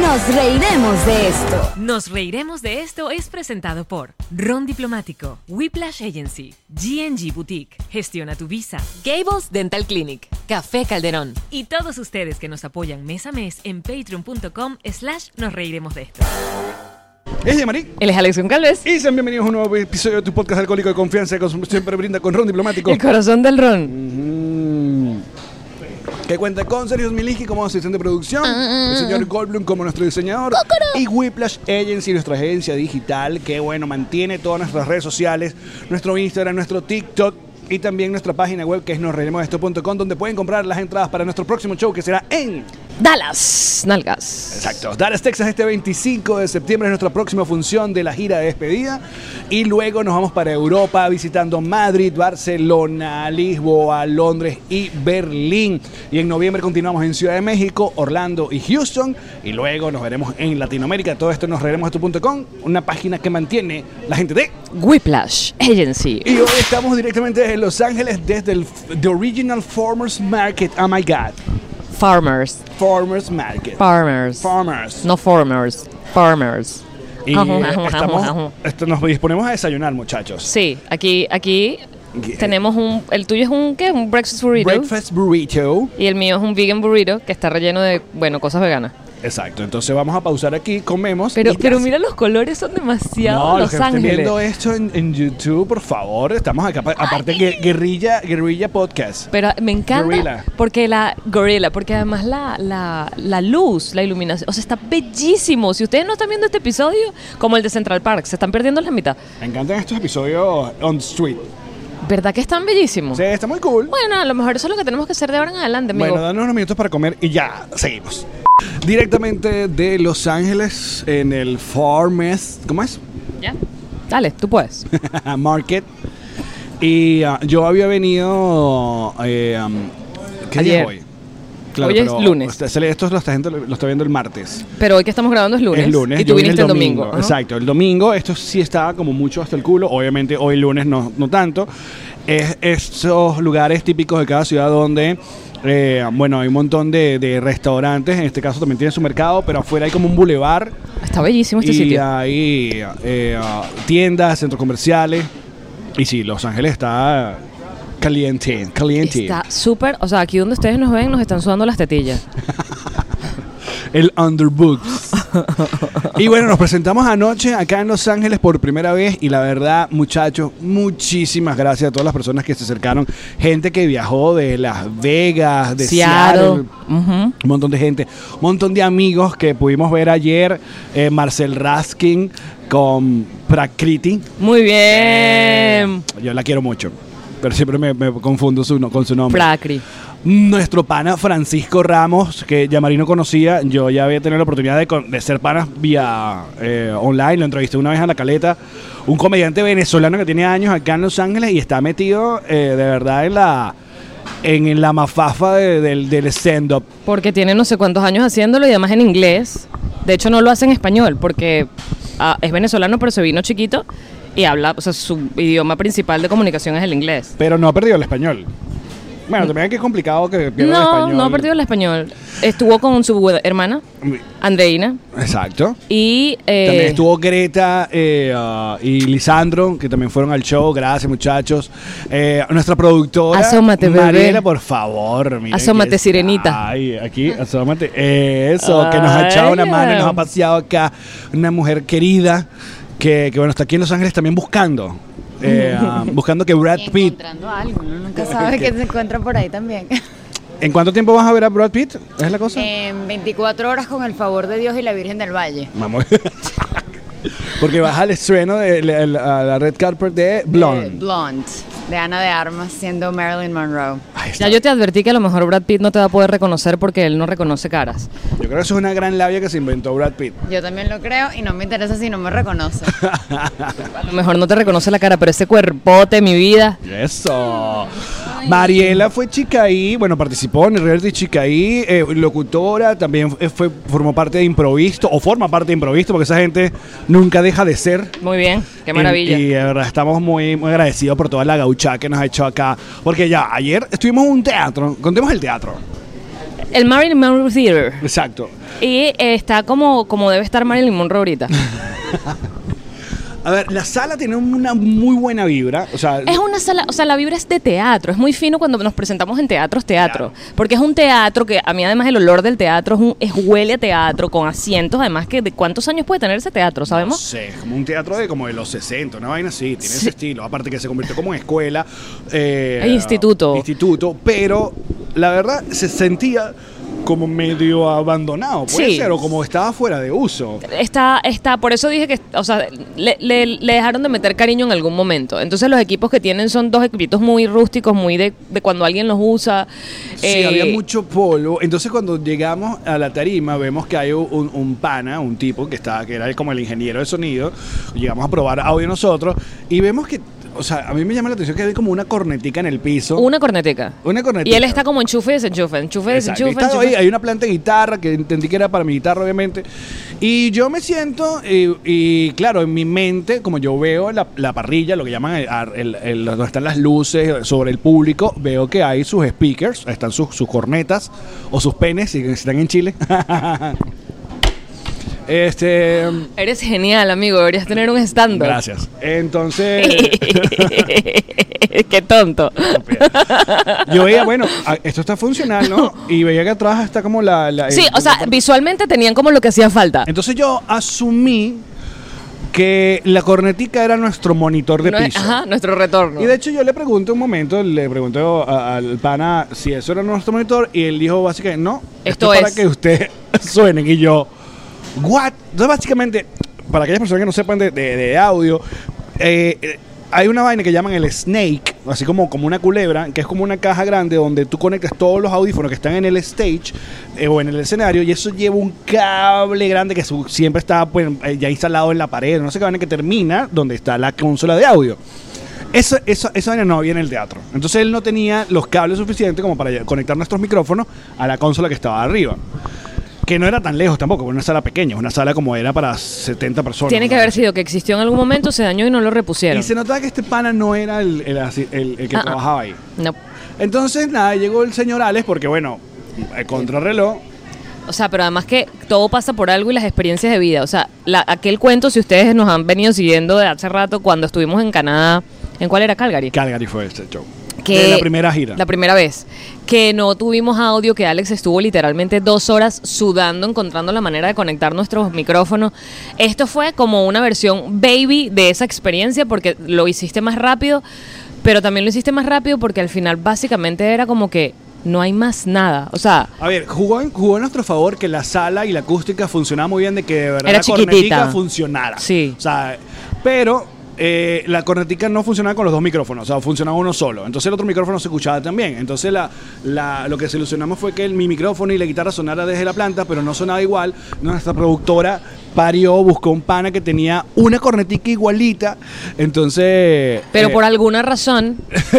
Nos reiremos de esto. Nos reiremos de esto es presentado por Ron Diplomático, Whiplash Agency, GNG Boutique, Gestiona tu Visa, Gables Dental Clinic, Café Calderón y todos ustedes que nos apoyan mes a mes en patreon.com slash nos reiremos de esto. Es de Marí. Él es Alex Goncalves. Y sean bienvenidos a un nuevo episodio de tu podcast alcohólico de confianza que siempre brinda con Ron Diplomático. El corazón del ron. Mm. Que cuenta con Sergio Milinski como asistente de producción, Ah, el señor Goldblum como nuestro diseñador y Whiplash Agency, nuestra agencia digital que, bueno, mantiene todas nuestras redes sociales, nuestro Instagram, nuestro TikTok y también nuestra página web que es nosreiremosdeesto.com donde pueden comprar las entradas para nuestro próximo show que será en... Dallas. Nalgas. Exacto. Dallas, Texas, este 25 de septiembre es nuestra próxima función de la gira de despedida. Y luego nos vamos para Europa visitando Madrid, Barcelona, Lisboa, Londres y Berlín. Y en noviembre continuamos en Ciudad de México, Orlando y Houston. Y luego nos veremos en Latinoamérica. Todo esto en nosreiremosdeesto.com, una página que mantiene la gente de Whiplash Agency. y hoy estamos directamente desde Los Ángeles, desde el The Original Farmers Market. Oh my God. Farmers. Farmers Market. Farmers. Farmers. No farmers. Farmers. Y Ajú, eh, ajú, estamos- ajú, ajú. esto- nos disponemos a desayunar, muchachos. Sí, aquí, aquí Yeah. tenemos un. El tuyo es un qué? Un breakfast burrito. Breakfast burrito. Y el mío es un vegan burrito que está relleno de, bueno, cosas veganas. Exacto, entonces vamos a pausar aquí, comemos. Pero, y pero gracias. mira los colores, son demasiado No, los Los que estén Ángeles. viendo esto en, en YouTube, por favor, estamos acá. pa- Aparte, gue- guerrilla, guerrilla podcast. Pero me encanta Gorilla. porque la gorila, porque además la, la, la luz, la iluminación, o sea, está bellísimo. Si ustedes no están viendo este episodio, como el de Central Park, se están perdiendo la mitad. Me encantan estos episodios on the street. ¿Verdad que están bellísimos? Sí, está muy cool. Bueno, a lo mejor eso es lo que tenemos que hacer de ahora en adelante, amigo. Bueno, danos unos minutos para comer y ya, seguimos. Directamente de Los Ángeles, en el Farmers, ¿cómo es? ¿Ya? Dale, tú puedes. Market. Y ah, yo había venido. eh, um, ¿Qué día es Ayer. hoy? Claro, Hoy es pero lunes. usted- se lee- Esto lo está, gente- lo está viendo el martes. Pero hoy que estamos grabando es lunes. Es lunes. Y tú yo vine viniste el domingo. ajá. Exacto. El domingo, esto sí estaba como mucho hasta el culo. Obviamente, hoy lunes no, no tanto. Es esos lugares típicos de cada ciudad donde. eh, bueno, hay un montón de, de restaurantes, en este caso también tiene su mercado, pero afuera hay como un bulevar Está bellísimo este y ah, sitio. hay eh, ah, tiendas, centros comerciales. Y sí, Los Ángeles está caliente, caliente. Está súper, o sea, aquí donde ustedes nos ven nos están sudando las tetillas. El Underbooks. y bueno, nos presentamos anoche acá en Los Ángeles por primera vez y la verdad, muchachos, muchísimas gracias a todas las personas que se acercaron. Gente que viajó de Las Vegas, de Seattle. Seattle. ujú. Un montón de gente, un montón de amigos que pudimos ver ayer. eh, Marcel Raskin con Prakriti. Muy bien. Yo la quiero mucho, pero siempre me, me confundo su no- con su nombre. Pracri. Nuestro pana Francisco Ramos, que Yamarino conocía, yo ya había tenido la oportunidad de, con- de ser panas vía eh, online, lo entrevisté una vez a la caleta, un comediante venezolano que tiene años acá en Los Ángeles y está metido eh, de verdad en la en la mafafa de- del, del stand-up. Porque tiene no sé cuántos años haciéndolo y además en inglés. De hecho, no lo hace en español porque ah, es venezolano, pero se vino chiquito y habla, o sea, su idioma principal de comunicación es el inglés. Pero no ha perdido el español. Bueno, también que es complicado que pierda el No, español. no ha perdido el español. Estuvo con su hermana, Andreina, Exacto. y... eh, También estuvo Greta eh, ah, y Lisandro, que también fueron al show. Gracias, muchachos. Eh, nuestra productora. Asómate, bebé. Mariela, por favor. miren Asómate, que está sirenita. ahí, aquí, asómate. Eso, que nos ha Ay, echado una mano, ya. nos ha paseado acá. Una mujer querida, que, que, bueno, está aquí en Los Ángeles también buscando. eh, ah, buscando que Brad Y Pitt. encontrando algo, uno nunca sabe que se encuentra por ahí también. ¿En cuánto tiempo vas a ver a Brad Pitt? ¿Es la cosa? En 24 horas con el favor de Dios y la Virgen del Valle. Vamos. Porque vas al estreno de la- la la red carpet de Blonde. De Eh, Blonde, de Ana de Armas, siendo Marilyn Monroe. Ahí está. Ya yo te advertí que a lo mejor Brad Pitt no te va a poder reconocer porque él no reconoce caras. Yo creo creo que eso es una gran labia que se inventó Brad Pitt. Yo también lo creo y no me interesa si no me reconoce. A lo mejor no te reconoce la cara, pero ese cuerpote, mi vida. Eso. Mariela fue chica ahí, bueno, participó en el reality chica ahí, eh, locutora, también eh, fue, formó parte de Improvisto, o forma parte de Improvisto, porque esa gente nunca deja de ser. Muy bien, qué maravilla. Y, y de verdad estamos muy, muy agradecidos por toda la gauchada que nos ha hecho acá. Porque ya, ayer estuvimos en un teatro, contemos el teatro. El Marilyn Monroe Theater. Exacto. Y eh, está como, como debe estar Marilyn Monroe ahorita. A ver, la sala tiene una muy buena vibra. O sea, Es una sala, o sea, la vibra es de teatro. Es muy fino cuando nos presentamos en teatros, teatro. Porque es un teatro que, a mí además, el olor del teatro es, un, es huele a teatro, con asientos, además, que de cuántos años puede tener ese teatro, No ¿sabemos? sé, es como un teatro de como de los 60, una vaina así, tiene ese estilo. Aparte que se convirtió como en escuela. eh, Ay, instituto. Instituto, pero la verdad se sentía como medio abandonado, puede Sí. ser, o como estaba fuera de uso. Está, está, por eso dije que, o sea, le, le- le dejaron de meter cariño en algún momento. Entonces los equipos que tienen son dos equipitos muy rústicos, muy de, de cuando alguien los usa. Sí, Eh, había mucho polvo. Entonces cuando llegamos a la tarima vemos que hay un, un pana, un tipo que estaba, que era como el ingeniero de sonido. Llegamos a probar audio nosotros y vemos que, o sea, a mí me llama la atención que hay como una cornetica en el piso. Una corneteca. Una cornetica. Y él está como enchufe y desenchufe, enchufe y Exacto. desenchufe. Y estaba ahí, enchufe. hay una planta de guitarra que entendí que era para mi guitarra, obviamente. Y yo me siento, y, y claro, en mi mente, como yo veo la, la parrilla, lo que llaman el, ar- el- el- donde están las luces sobre el público, veo que hay sus speakers, están sus, sus cornetas o sus penes, si están en Chile. este. Eres genial, amigo. Deberías tener un estándar. Gracias. Entonces. Qué tonto. Yo veía, bueno, a- esto está funcional, ¿no? Y veía que atrás está como la. la- Sí, el- o sea, visualmente tenían como lo que hacía falta. Entonces yo asumí que la cornetica era nuestro monitor de No es- piso. ajá, nuestro retorno. Y de hecho yo le pregunté un momento, le pregunté a- al pana si eso era nuestro monitor y él dijo básicamente, no, Esto para es. que ustedes suenen. Y yo, what? Entonces básicamente, para aquellas personas que no sepan de, de- de audio, eh, eh, hay una vaina que llaman el snake, así como, como una culebra, que es como una caja grande donde tú conectas todos los audífonos que están en el stage eh, o en el escenario y eso lleva un cable grande que su- siempre está pues, eh, ya instalado en la pared, no sé qué vaina que termina donde está la consola de audio. Eso, eso, esa vaina no había en el teatro. Entonces él no tenía los cables suficientes como para lle- conectar nuestros micrófonos a la consola que estaba arriba. Que no era tan lejos tampoco, era una sala pequeña, una sala como era para 70 personas. Tiene que ¿no? haber sido que existió en algún momento, se dañó y no lo Y repusieron. se notaba que este pana no era el, el asi- el- el que Ah, ah. trabajaba ahí. No. Entonces, nada, llegó el señor Alex, porque bueno, eh, contrarreloj. O sea, pero además que todo pasa por algo y las experiencias de vida. O sea, la- aquel cuento, si ustedes nos han venido siguiendo de hace rato, cuando estuvimos en Canadá, ¿en cuál era Calgary? Calgary fue este show. que De la primera gira. La primera vez. Que no tuvimos audio, que Alex estuvo literalmente dos horas sudando, encontrando la manera de conectar nuestros micrófonos. Esto fue como una versión baby de esa experiencia porque lo hiciste más rápido, pero también lo hiciste más rápido porque al final básicamente era como que no hay más nada. O sea, A ver, jugó en, jugó en nuestro favor que la sala y la acústica funcionaba muy bien, de que de verdad Era la cornetica chiquitita. funcionara. Sí. O sea, pero eh, la cornetica no funcionaba con los dos micrófonos, o sea, funcionaba uno solo. Entonces el otro micrófono se escuchaba también. Entonces la, la- lo que solucionamos fue que el, mi micrófono y la guitarra sonara desde la planta, pero no sonaba igual. Nuestra productora parió, buscó un pana que tenía una cornetica igualita. Entonces. pero eh, por alguna razón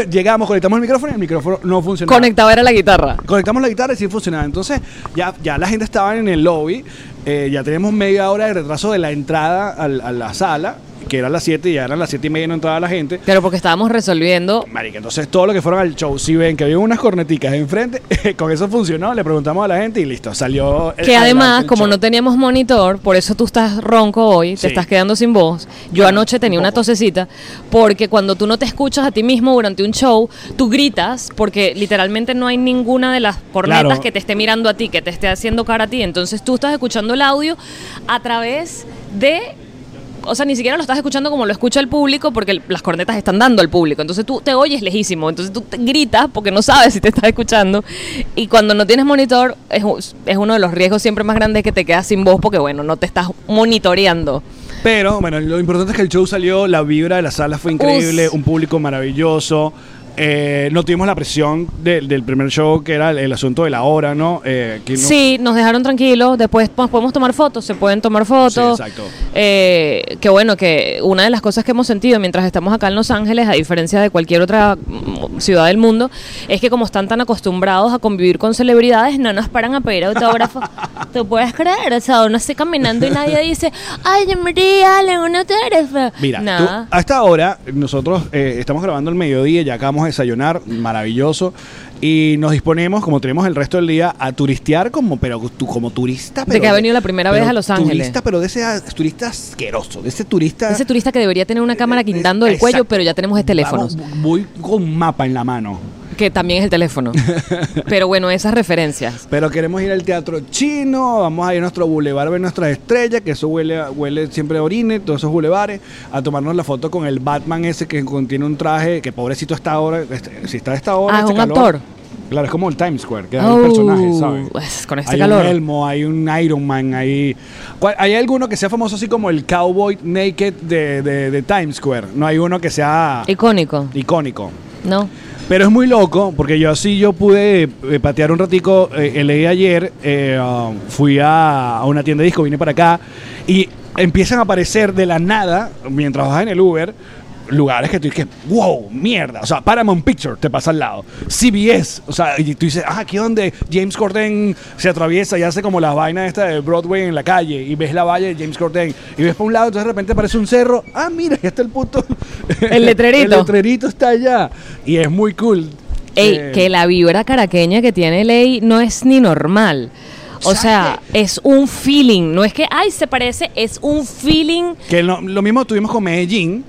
llegamos, conectamos el micrófono y el micrófono no funcionaba conectaba era la guitarra. conectamos la guitarra y sí funcionaba. Entonces, ya, ya la gente estaba en el lobby, eh, ya tenemos media hora de retraso de la entrada al- a la sala, que era las 7, ya eran las 7 y media y no entraba la gente. Pero porque estábamos resolviendo Marica, entonces todo lo que fueron al show, si ven que había unas corneticas enfrente, con eso funcionó, le preguntamos a la gente y listo, salió. Que además, como no teníamos monitor, por eso tú estás ronco hoy, Sí. te estás quedando sin voz. Yo anoche tenía una tosecita, porque cuando tú no te escuchas a ti mismo durante un show, tú gritas, porque literalmente no hay ninguna de las cornetas Claro. que te esté mirando a ti, que te esté haciendo cara a ti. Entonces tú estás escuchando el audio a través de... O sea, ni siquiera lo estás escuchando como lo escucha el público porque el- las cornetas están dando al público. Entonces tú te oyes lejísimo. Entonces tú te gritas porque no sabes si te estás escuchando. Y cuando no tienes monitor, es, u- es uno de los riesgos siempre más grandes que te quedas sin voz porque, bueno, no te estás monitoreando. Pero bueno, lo importante es que el show salió, la vibra de la sala fue increíble, Us. un público maravilloso. eh, no tuvimos la presión del- del primer show, que era el, el asunto de la hora, ¿no? Eh, que no- Sí, nos dejaron tranquilos. Después nos podemos tomar fotos, se pueden tomar fotos. Sí, exacto. Eh, que bueno, que una de las cosas que hemos sentido mientras estamos acá en Los Ángeles, a diferencia de cualquier otra mm, ciudad del mundo, es que como están tan acostumbrados a convivir con celebridades, no nos paran a pedir autógrafos. ¿Te puedes creer? O sea, uno esté caminando y nadie dice, ay, María, le un autógrafo. Mira, tú- ah. Nada. hasta ahora nosotros eh, estamos grabando el mediodía, ya acabamos de desayunar, maravilloso, y nos disponemos, como tenemos el resto del día, a turistear como, pero tú, como turista. Pero, que ha venido la primera pero vez a Los Ángeles. Turista, pero de ese a- turista asqueroso, de ese turista... Ese turista que debería tener una cámara quindando el Exacto. cuello, pero ya tenemos teléfonos. Vamos, voy con un mapa en la mano. Que también es el teléfono. Pero bueno, esas referencias. Pero queremos ir al teatro chino, vamos a ir a nuestro bulevar, ver nuestras estrellas, que eso huele, a- huele siempre a orine, todos esos bulevares, a tomarnos la foto con el Batman ese que contiene un traje, que pobrecito está ahora, este- si está a esta hora. Ah, este un calor. actor. Claro, es como el Times Square, que es el Oh, personaje, ¿sabes? pues, con este hay calor. un Elmo, hay un Iron Man, hay... ¿Cuál- ¿Hay alguno que sea famoso así como el Cowboy Naked de, de- de Times Square? No hay uno que sea Icónico, icónico. ¿no? Pero es muy loco, porque yo así yo pude eh, patear un ratico, eh, eh, leí ayer, eh, um, fui a, a una tienda de disco, vine para acá, y empiezan a aparecer de la nada, mientras vas en el Uber, lugares que tú dices, wow, mierda, o sea, Paramount Picture te pasa al lado, CBS, o sea, y tú dices, ah, aquí donde James Corden se atraviesa y hace como las vainas esta de Broadway en la calle, y ves la valle de James Corden, y ves para un lado, entonces de repente aparece un cerro, ah, mira, ya está el puto... El letrerito. el letrerito está allá, y es muy cool. Ey, Eh, que la vibra caraqueña que tiene Ley no es ni normal. O sea, es un feeling. No es que, ay, se parece, es un feeling. Que lo, lo mismo tuvimos con Medellín,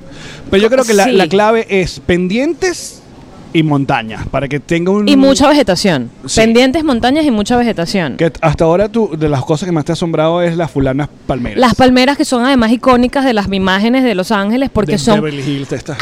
pero yo creo que la, Sí. la clave es pendientes y montañas, para que tenga un... Y mucha vegetación. Mm. Sí. Pendientes, montañas y mucha vegetación. Que hasta ahora tú, de las cosas que más te ha asombrado es las fulanas palmeras. Las palmeras que son además icónicas de las imágenes de Los Ángeles porque De son Beverly Hills, estas.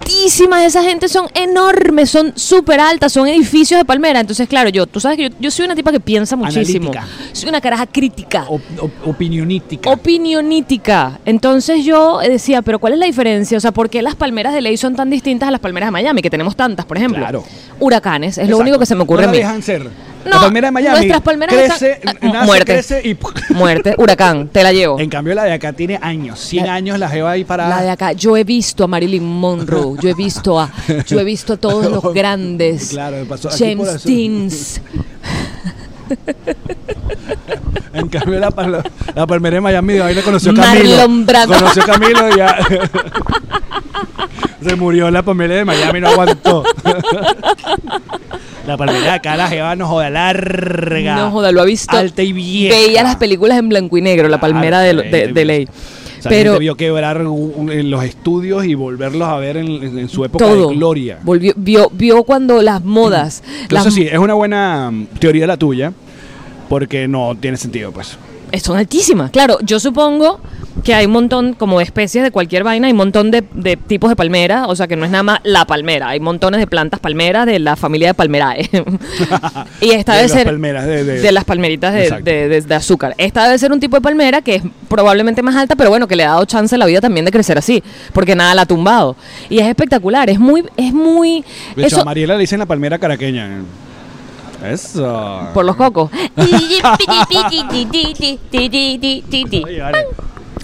altísimas. Esa gente son enormes, son súper altas, son edificios de palmera. Entonces, claro, yo, tú sabes que yo, yo soy una tipa que piensa muchísimo. Analítica. Soy una caraja crítica. Op- op- opinionítica. Opinionítica. Entonces yo decía, pero ¿cuál es la diferencia? O sea, ¿por qué las palmeras de ley son tan distintas a las palmeras de Miami, que tenemos tantas, por ejemplo? Claro. Huracanes, es lo Exacto. único que se me ocurre No a la mí. dejan ser. No, la palmera de Miami nuestras palmeras crece, están- n- nace, Muerte. crece y... Muerte, huracán, te la llevo. en cambio la de acá tiene años, 100 La- años la lleva ahí parada. La de acá, yo he visto a Marilyn Monroe, yo he visto a, yo he visto a todos los grandes. Claro, me pasó aquí por James eso. Deans. En cambio, la, pal- la palmera de Miami de ahí la conoció Camilo. Marlon Brando. Conoció Camilo y ya. Se murió la palmera de Miami, no aguantó. la palmera de acá, la jeva no joda larga. No joda, lo ha visto. Alta y vieja. Veía las películas en blanco y negro, la Claro, palmera de, lo- ahí de- te de vi. ley. O sea, Pero gente vio quebrar un- un- en los estudios y volverlos a ver en, en- en su época todo. de gloria. Volvió, vio, vio cuando las modas. las- Entonces, sí, es una buena mm, teoría la tuya, porque no tiene sentido, pues. Son altísimas. Claro, yo supongo que hay un montón, como de especies de cualquier vaina, hay un montón de, de tipos de palmera. O sea, que no es nada más la palmera. Hay montones de plantas palmeras de la familia de palmerae. y esta De debe las ser. palmeras, de- de- las palmeritas de, Exacto. de- de- de azúcar. Esta debe ser un tipo de palmera que es probablemente más alta, pero bueno, que le ha dado chance a la vida también de crecer así. Porque nada la ha tumbado. Y es espectacular. Es muy. Es muy De hecho, eso- a Mariela le dicen la palmera caraqueña. Eso. por los cocos. Oye, vale.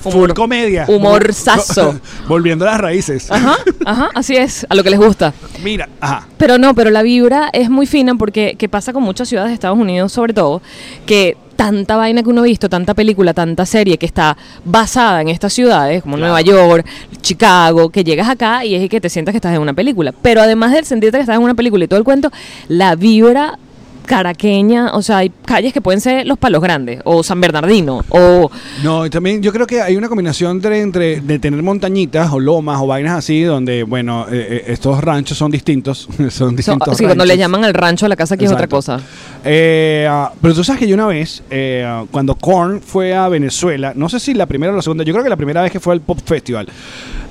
Full comedia. Humorzazo. Ah. Volviendo a las raíces. Ajá, ajá, así es, a lo que les gusta. Mira, ajá. Pero no, pero la vibra es muy fina porque que pasa con muchas ciudades de Estados Unidos, sobre todo, que tanta vaina que uno ha visto, tanta película, tanta serie que está basada en estas ciudades, como Nueva York, Chicago, que llegas acá y es que te sientas que estás en una película. Pero además del sentirte que estás en una película y todo el cuento, la vibra caraqueña, o sea, hay calles que pueden ser Los Palos Grandes o San Bernardino o No, y también yo creo que hay una combinación entre, entre de tener montañitas o lomas o vainas así, donde, bueno, eh, eh, estos ranchos son distintos. son So- distintos. sí, cuando le ranchos. llaman al rancho a la casa que es otra Exacto. cosa. Eh, ah, pero tú sabes que yo una vez, eh, ah, cuando Korn fue a Venezuela, no sé si la primera o la segunda, yo creo que la primera vez que fue al Pop Festival,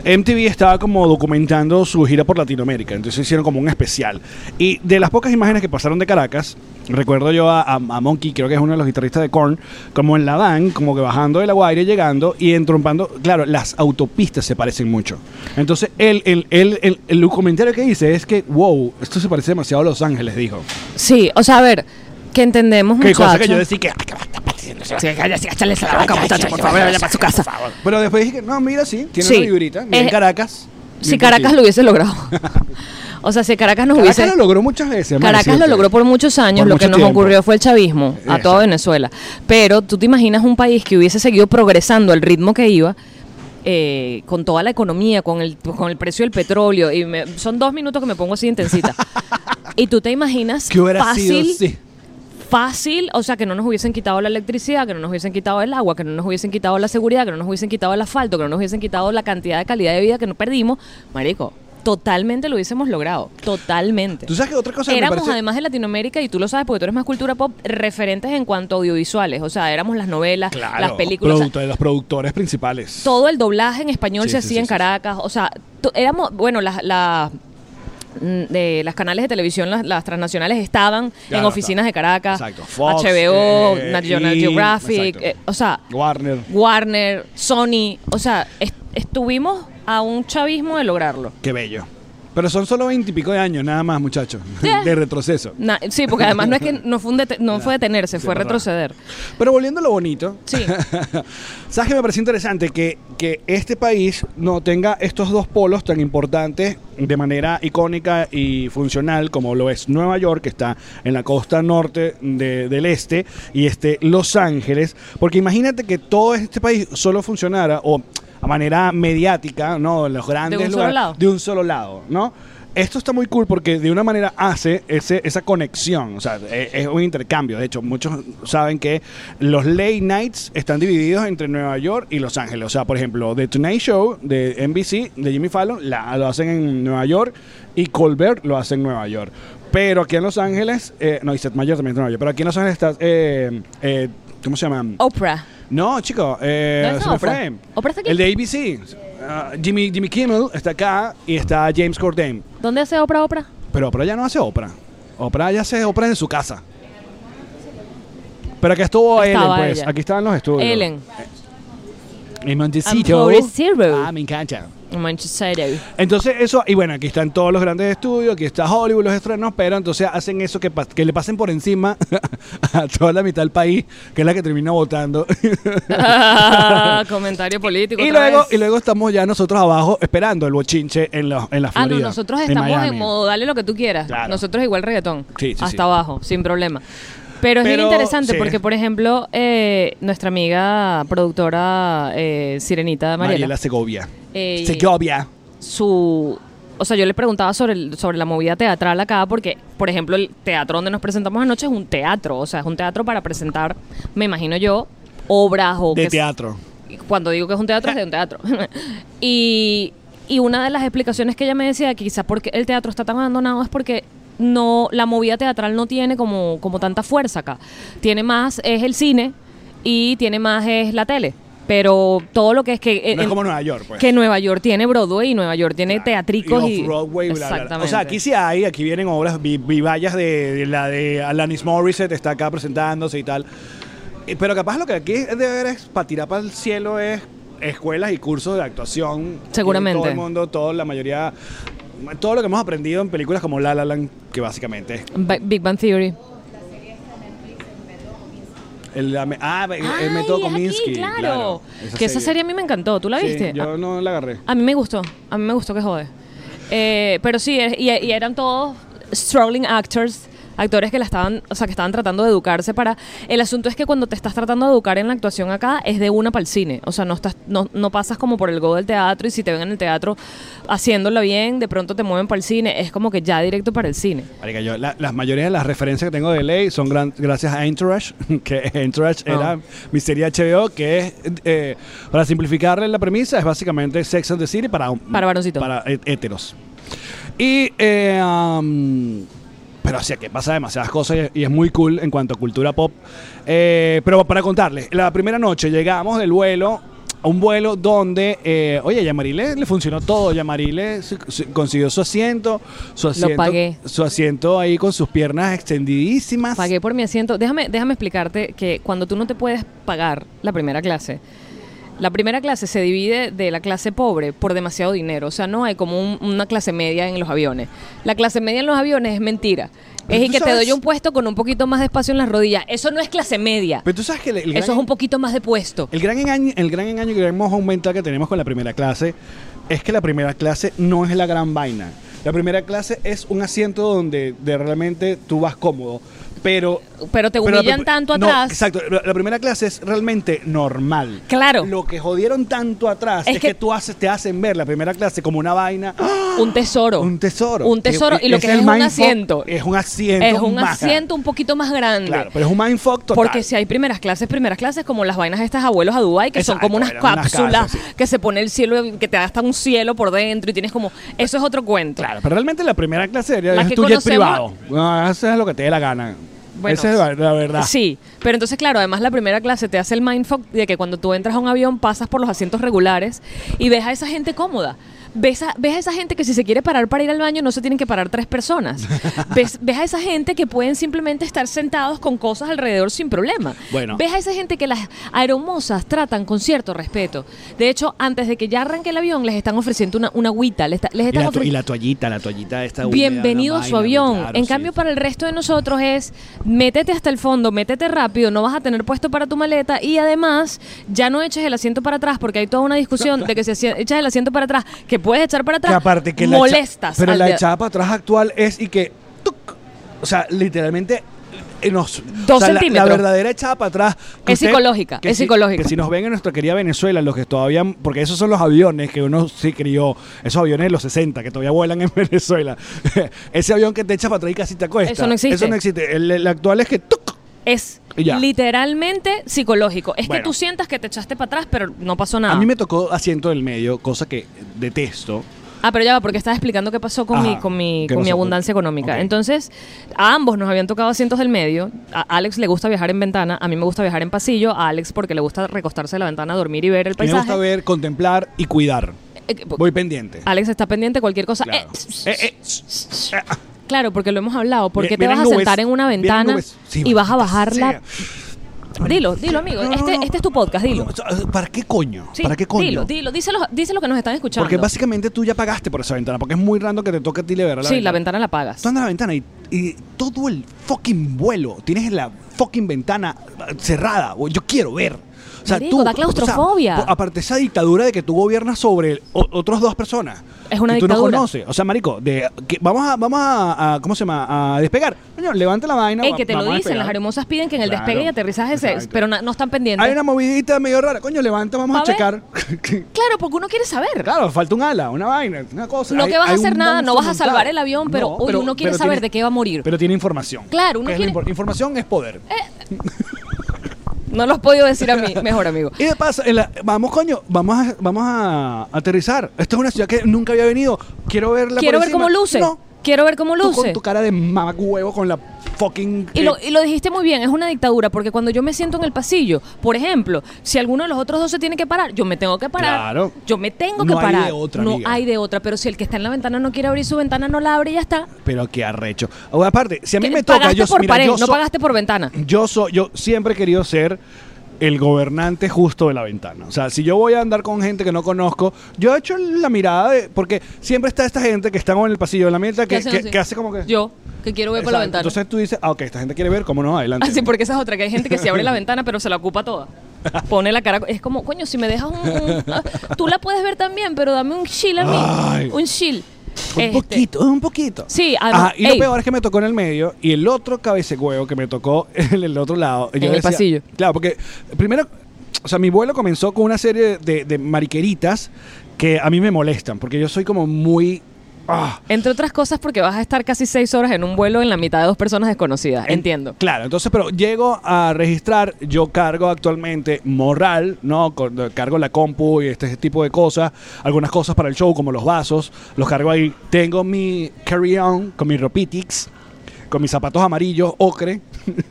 MTV estaba como documentando su gira por Latinoamérica, entonces hicieron como un especial. Y de las pocas imágenes que pasaron de Caracas, recuerdo yo a, a- a Monkey, creo que es uno de los guitarristas de Korn, como en la van, como que bajando de la Guaira y llegando y entrompando. Claro, las autopistas se parecen mucho. Entonces, el, el, el, el, el comentario que dice es que, wow, esto se parece demasiado a Los Ángeles, dijo. Sí, o sea, a ver, que entendemos Que muchachos. cosa que yo decía que. "Ah, Sí, ya, sí, échales a la boca, muchachos, por favor, vaya para su casa. Pero después dije, no, mira, sí, tiene Sí. una vibrita. Mira, en Eh, Caracas. Si Caracas lo hubiese logrado. O sea, si Caracas nos Caracas hubiese... lo logró muchas veces. Caracas lo logró por muchos años, Por lo mucho que nos tiempo. ocurrió fue el chavismo a Exacto. toda Venezuela. Pero tú te imaginas un país que hubiese seguido progresando al ritmo que iba, eh, con toda la economía, con el, con el precio del petróleo, y me- son dos minutos que me pongo así intensita. y tú te imaginas Que hubiera fácil, sido, sí. fácil, o sea, que no nos hubiesen quitado la electricidad, que no nos hubiesen quitado el agua, que no nos hubiesen quitado la seguridad, que no nos hubiesen quitado el asfalto, que no nos hubiesen quitado la cantidad de calidad de vida que nos perdimos, marico. Totalmente lo hubiésemos logrado, totalmente. Tú sabes que otra cosa que me Éramos, parece- además de Latinoamérica, y tú lo sabes porque tú eres más cultura pop, referentes en cuanto a audiovisuales. O sea, éramos las novelas, Claro, las películas. o sea, producto- de los productores principales. todo el doblaje en español Sí, se sí, hacía sí, en sí, Caracas. O sea, to- éramos, bueno, las. las- mm, de las canales de televisión, las, las transnacionales estaban en Claro, oficinas de Caracas, Exacto. Fox, HBO, eh, National y- Geographic, exacto. eh, o sea, Warner. Warner, Sony, o sea, est- estuvimos a un chavismo de lograrlo. Qué bello. Pero son solo veintipico de años, nada más, muchachos. De retroceso. Na- sí, porque además no es que no fue, un dete- no fue detenerse, sí, fue es verdad. retroceder. Pero volviendo a lo bonito. Sí. ¿Sabes qué me parece interesante? Que, que este país no tenga estos dos polos tan importantes de manera icónica y funcional como lo es Nueva York, que está en la costa norte de- del este, y este Los Ángeles. Porque imagínate que todo este país solo funcionara o a manera mediática, ¿no? Los grandes solo lugares- lado. de un solo lado, ¿no? Esto está muy cool porque de una manera hace ese, esa conexión, o sea, e- es, un intercambio. De hecho, muchos saben que los late nights están divididos entre Nueva York y Los Ángeles. O sea, por ejemplo, The Tonight Show de NBC, de Jimmy Fallon, la- lo hacen en Nueva York y Colbert lo hace en Nueva York. Pero aquí en Los Ángeles, eh, no, y Seth Mayer también es de Nueva York, pero aquí en Los Ángeles está, eh, eh, ¿cómo se llama? Oprah. No, chico, eh, ¿No es se me Oprah? fue. ¿Oprah está aquí? El de ABC. Ah, Jimmy, Jimmy Kimmel está acá y está James Corden. ¿Dónde hace Oprah Oprah? Pero Oprah ya no hace Oprah. Oprah ya hace Oprah en su casa. Pero acá estuvo Estaba Ellen, pues. ella. Aquí estaban los estudios. Ellen. Y Montecito. I'm Montecito. Ah, me encanta. Manchester. Entonces, eso, y bueno, aquí están todos los grandes estudios, aquí está Hollywood, los estrenos, pero entonces hacen eso que, pas- que le pasen por encima a toda la mitad del país, que es la que termina votando. Ah, comentario político. Y otra luego, vez. y luego estamos ya nosotros abajo esperando el bochinche en, la- en la Ah, Florida. no, nosotros estamos en, Miami. modo, dale lo que tú quieras. Claro. Nosotros igual reggaetón. Sí, sí, hasta sí. abajo, sin problema. Pero es bien Pero, interesante sí. porque, por ejemplo, eh, nuestra amiga productora eh, Sirenita Mariela, Mariela Segovia. Eh, Segovia. su... O sea, yo le preguntaba sobre, el- sobre la movida teatral acá porque, por ejemplo, el teatro donde nos presentamos anoche es un teatro. O sea, es un teatro para presentar, me imagino yo, obras o... De que- teatro. y cuando digo que es un teatro, es de un teatro. y, y una de las explicaciones que ella me decía, que quizás porque el teatro está tan abandonado, es porque no la movida teatral no tiene como, como tanta fuerza acá. Tiene más es el cine y tiene más es la tele. Pero todo lo que es que... No es en- como Nueva York, pues. Que Nueva York tiene Broadway y Nueva York tiene teatricos y... Broadway, bla, bla, bla. Exactamente. O sea, aquí sí hay, aquí vienen obras, vi, vi vallas de, de la de Alanis Morissette, está acá presentándose y tal. Eh, Pero capaz lo que aquí es de ver es, para tirar para el cielo, es escuelas y cursos de actuación. Seguramente. Y Todo el mundo, todo, la mayoría, todo lo que hemos aprendido en películas como La La Land, que básicamente es Ba- Big Bang Theory. El, la me- ah, el, el Ay, método es aquí, Kominsky. claro. que esa serie a mí me encantó. ¿Tú la Sí, viste? yo no la agarré. A mí me gustó, a mí me gustó que jode. Eh, pero sí, es- y, y eran todos struggling actors, actores que la estaban, o sea, que estaban tratando de educarse para. El asunto es que cuando te estás tratando de educar en la actuación acá es de una para el cine, o sea, no estás, no, no pasas como por el go del teatro y si te ven en el teatro haciéndola bien, de pronto te mueven para el cine, es como que ya directo para el cine. Marica, yo, la- las mayorías de las referencias que tengo de ley son gran- gracias a Entourage, que Entourage Ah. era mi serie HBO, que es, eh, para simplificarle la premisa, es básicamente Sex and the City para, Para varoncito. Para hé- héteros. Y, eh, am, pero o sea, que pasa demasiadas cosas y y es muy cool en cuanto a cultura pop. Eh, pero para contarles, la primera noche llegamos del vuelo. un vuelo donde, eh, oye, Yamarile le funcionó todo. Yamarile se- se- consiguió su asiento, su asiento, pagué. su asiento ahí con sus piernas extendidísimas. Pagué por mi asiento. Déjame, déjame explicarte que cuando tú no te puedes pagar la primera clase, la primera clase se divide de la clase pobre por demasiado dinero. O sea, no hay como un- una clase media en los aviones. La clase media en los aviones es mentira. Pero Es y tú que te sabes- doy un puesto con un poquito más de espacio en las rodillas. Eso no es clase media. Pero tú sabes que el, el gran, Eso es un poquito más de puesto. el gran engaño, el gran engaño y el gran mojo mental que tenemos con la primera clase es que la primera clase no es la gran vaina. La primera clase es un asiento donde de realmente tú vas cómodo. Pero, Pero te la humillan pri- tanto no, atrás. exacto. La, la primera clase es realmente normal. Claro. Lo que jodieron tanto atrás es, Es que, que- tú haces, te hacen ver la primera clase como una vaina. ¡Ah! Un tesoro. Un tesoro. Un tesoro. Eh, Y lo ese que es, el un mindfuck. asiento. Es un asiento. Es un maja. asiento un poquito más grande. Claro, pero es un mindfuck total. Porque si hay primeras clases, primeras clases, como las vainas de estas abuelos a Dubái, que son Exacto, como unas eran unas cápsulas cápsulas, sí. que se pone el cielo, que te da hasta un cielo por dentro y tienes como. Eso es otro cuento. Claro, pero realmente la primera clase La debería es que tu jet conocemos- privado. No, eso es lo que te dé la gana. Bueno, Esa es la, la verdad. Sí, pero entonces, claro, además la primera clase te hace el mindfuck de que cuando tú entras a un avión pasas por los asientos regulares y ves a esa gente cómoda. Ves a, ves a esa gente que si se quiere parar para ir al baño no se tienen que parar tres personas. ves, ves a esa gente que pueden simplemente estar sentados con cosas alrededor sin problema. Bueno. Ves a esa gente que las aeromosas tratan con cierto respeto. De hecho, antes de que ya arranque el avión les están ofreciendo una, una agüita. les está- les Y están la, to- ofre- y la toallita, la toallita esta. húmeda, Bienvenido la a su vaina, avión. claro, en sí. cambio, para el resto de nosotros es métete hasta el fondo, métete rápido, no vas a tener puesto para tu maleta y además ya no eches el asiento para atrás porque hay toda una discusión de que si hacía- echas el asiento para atrás, que puedes echar para atrás, Que aparte que la echa- molestas. pero al la de- echada para atrás actual es y que. tuc, o sea, literalmente. eh, nos- Dos o sea, la- centímetros. La, verdadera echada para atrás. que Es psicológica, que es si- psicológica. Que si nos ven en nuestra querida Venezuela, los que todavía. Porque esos son los aviones que uno se crió. Esos aviones de los 60 que todavía vuelan en Venezuela. Ese avión que te echa para atrás y casi te acuesta. Eso no existe. Eso no existe. El, el actual es que. tuc, Es Y ya. literalmente psicológico. Es que Bueno. tú sientas que te echaste para atrás, pero no pasó nada. A mí me tocó asiento del medio, cosa que detesto. Ah, pero ya va, porque estaba explicando qué pasó con Ajá, mi, con mi, ¿qué con mi pasó? abundancia económica. Ok. Entonces, a ambos nos habían tocado asientos del medio. A Alex le gusta viajar en ventana, a mí me gusta viajar en pasillo, a Alex porque le gusta recostarse en la ventana, dormir y ver el A mí paisaje. me gusta ver, contemplar y cuidar. Eh, que- Voy pendiente. Alex está pendiente de cualquier cosa. Claro. Eh, Eh, eh, sh- sh- ah, claro, porque lo hemos hablado. ¿Por Vi- qué te vienen vas a nubes, sentar en una vienen ventana nubes. Sí, y vas a maldita bajarla? Dilo, dilo, amigo. No, no, este, no. este es tu podcast, dilo. No, ah, ¿Para qué coño? Sí, ¿Para qué coño? Dilo, dilo, díselo, díselo que nos están escuchando. Porque básicamente tú ya pagaste por esa ventana, porque es muy raro que te toque a ti liberar la sí, ventana. la ventana la pagas. Tú andas a la ventana y, y todo el fucking vuelo, tienes la fucking ventana cerrada, o yo quiero ver. O sea, Marico, tú, da claustrofobia. o sea, aparte esa dictadura de que tú gobiernas sobre o- otros dos personas. Es una que Tú no dictadura. conoces. O sea, marico, de, que vamos a, vamos a, a- ¿cómo se llama? A despegar. Coño, levanta la vaina. Ey, va- que te lo vamos a dicen, despegar. las hermosas piden que en el Claro, despegue y aterrizaje se, exacto. pero na- no están pendientes. Hay una movidita medio rara. Coño, levanta, vamos a, A ver. checar. Claro, porque uno quiere saber. claro, falta un ala, una vaina, una cosa. No Hay- que vas a hay hacer un nada, no monstruo vas a salvar montado. el avión, pero, No, oye, uno quiere pero saber tiene- de qué va a morir. Pero tiene información. Claro, uno Que es lo quiere- Eh. impor- Información es poder. No los podido decir a mí, mejor amigo. Y de paso, en la- vamos, coño, vamos a, vamos a aterrizar. Esto es una ciudad que nunca había venido. Quiero verla. Quiero por ver cómo encima. luce. No. Quiero ver cómo Tú con luce. tu cara de mamacuevo con la fucking. Y lo, eh, y lo dijiste muy bien, es una dictadura, porque cuando yo me siento en el pasillo, por ejemplo, si alguno de los otros dos se tiene que parar, yo me tengo que parar. Claro. Yo me tengo No que hay parar. de otra, no amiga. hay de otra, pero si el que está en la ventana no quiere abrir su ventana, no la abre y ya está. pero qué arrecho. O, aparte, si a mí Que me toca. pagaste Yo, por mira, pared, yo no so- pagaste por ventana. Yo, so- yo siempre he querido ser el gobernante justo de la ventana. O sea, si yo voy a andar con gente que no conozco, yo he hecho la mirada de. Porque siempre está esta gente que está en el pasillo de la mierda que, ¿Qué hacen que- así? que hace como que. Yo, que quiero ver por la Exacto. ventana. Entonces tú dices, ah, ok, esta gente quiere ver, cómo no, adelante. Así, Ah, porque esa es otra, que hay gente que se abre la ventana, pero se la ocupa toda. Pone la cara. Es como, coño, si me dejas un. un- ah, tú la puedes ver también, pero dame un chill a mí. Ay. Un chill. Un Este, poquito, un poquito. Sí, además- Ajá, y lo ey. peor es que me tocó en el medio y el otro cabecehuevo que me tocó en el otro lado. yo En el pasillo. Claro, porque primero, o sea, mi vuelo comenzó con una serie de, de mariqueritas que a mí me molestan, porque yo soy como muy. ah, Entre otras cosas, porque vas a estar casi seis horas en un vuelo en la mitad de dos personas desconocidas. Entiendo. Claro, entonces, pero llego a registrar, yo cargo actualmente moral, ¿no? Con- Cargo la compu y este tipo de cosas, algunas cosas para el show, como los vasos, los cargo ahí. Tengo mi carry-on con mis ropitix, con mis zapatos amarillos, ocre.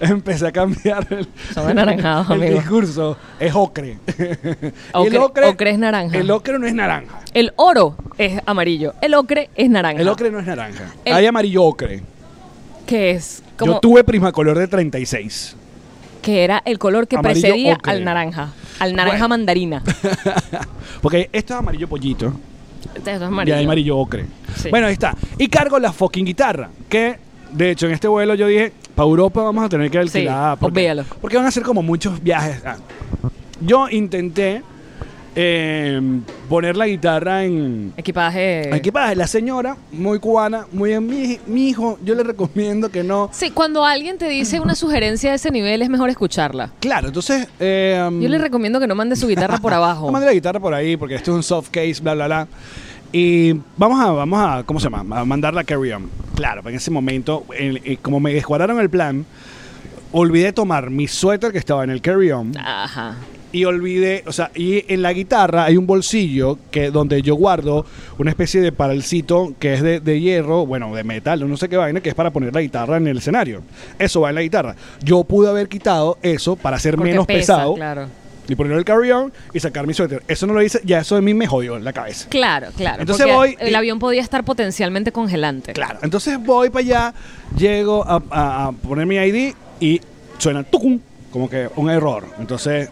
Empecé a cambiar el, Son anaranjados, el amigo. discurso. Es ocre. Y Ocre- ocre es naranja. El ocre no es naranja. El oro es amarillo, el ocre es naranja. El ocre no es naranja. El- Hay amarillo ocre. Que es como Yo tuve prismacolor de 36. que era el color que Amarillo precedía ocre. al naranja, al naranja Bueno. mandarina. Porque esto es amarillo pollito. Esto es Y hay amarillo ocre. Sí. Bueno, ahí está. Y cargo la fucking guitarra. Que, de hecho, en este vuelo yo dije, para Europa vamos a tener que alquilar. Sí, porque, obvíalo. porque van a ser como muchos viajes. Ah, Yo intenté eh, poner la guitarra en... Equipaje. Equipaje, la señora, muy cubana, muy bien. Mi, mi hijo, yo le recomiendo que no. Sí, cuando alguien te dice una sugerencia de ese nivel es mejor escucharla. Claro, entonces. eh, Yo le recomiendo que no mande su guitarra por abajo. No mande la guitarra por ahí, porque esto es un soft case, bla, bla, bla. Y vamos a, vamos a, ¿cómo se llama? A mandarla a carry on. Claro, en ese momento, en- eh, como me descuadraron el plan, olvidé tomar mi suéter que estaba en el carry on Ah. Ajá. y olvidé, o sea, y en la guitarra hay un bolsillo que donde yo guardo una especie de paralcito que es de, de hierro, bueno, de metal, o no sé qué vaina, que es para poner la guitarra en el escenario. Eso va en la guitarra. Yo pude haber quitado eso para ser Porque menos pesa, pesado Claro. y poner el carry-on y sacar mi suéter. Eso no lo hice, ya eso a mí me jodió en la cabeza. Claro, claro. Entonces porque voy y- El avión podía estar potencialmente congelante. Claro, entonces voy para allá, llego a, a- a poner mi ID y suena tucum, como que un error. Entonces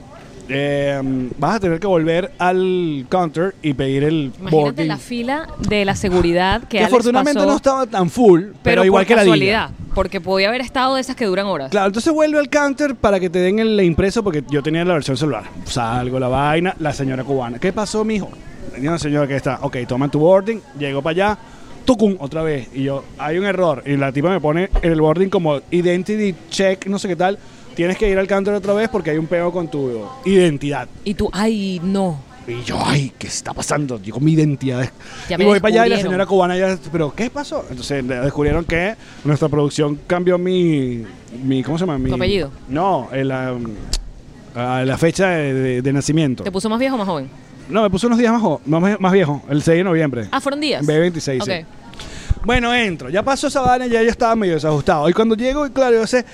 eh, vas a tener que volver al counter y pedir el Imagínate boarding. la fila de la seguridad que, que Alex afortunadamente pasó, no estaba tan full, pero, pero igual por que la liga. casualidad, porque podía haber estado de esas que duran horas. Claro, entonces vuelve al counter para que te den el impreso porque yo tenía la versión celular. Salgo la vaina, la señora cubana. ¿Qué pasó, mijo? Tenía una señora que está, ok, toma tu boarding, llego para allá, tucum, otra vez. Y yo, hay un error. Y la tipa me pone el boarding como identity check, no sé qué tal. Tienes que ir al counter otra vez porque hay un pego con tu identidad. Y tú, ay, no. Y yo, ay, ¿qué está pasando? Digo, mi identidad. es- Ya y me voy para allá y la descubrieron. señora cubana ya, pero ¿qué pasó? Entonces le- descubrieron que nuestra producción cambió mi, mi ¿cómo se llama? Mi, ¿Tu apellido? No, el, um, ah, la fecha de, de- de nacimiento. ¿Te puso más viejo o más joven? No, me puso unos días más, jo- más, más viejo, el 6 de noviembre. Ah, fueron días. B26, sí. Ok. Bueno, entro. Ya pasó esa vaina y ya yo estaba medio desajustado. Y cuando llego, y claro, yo sé,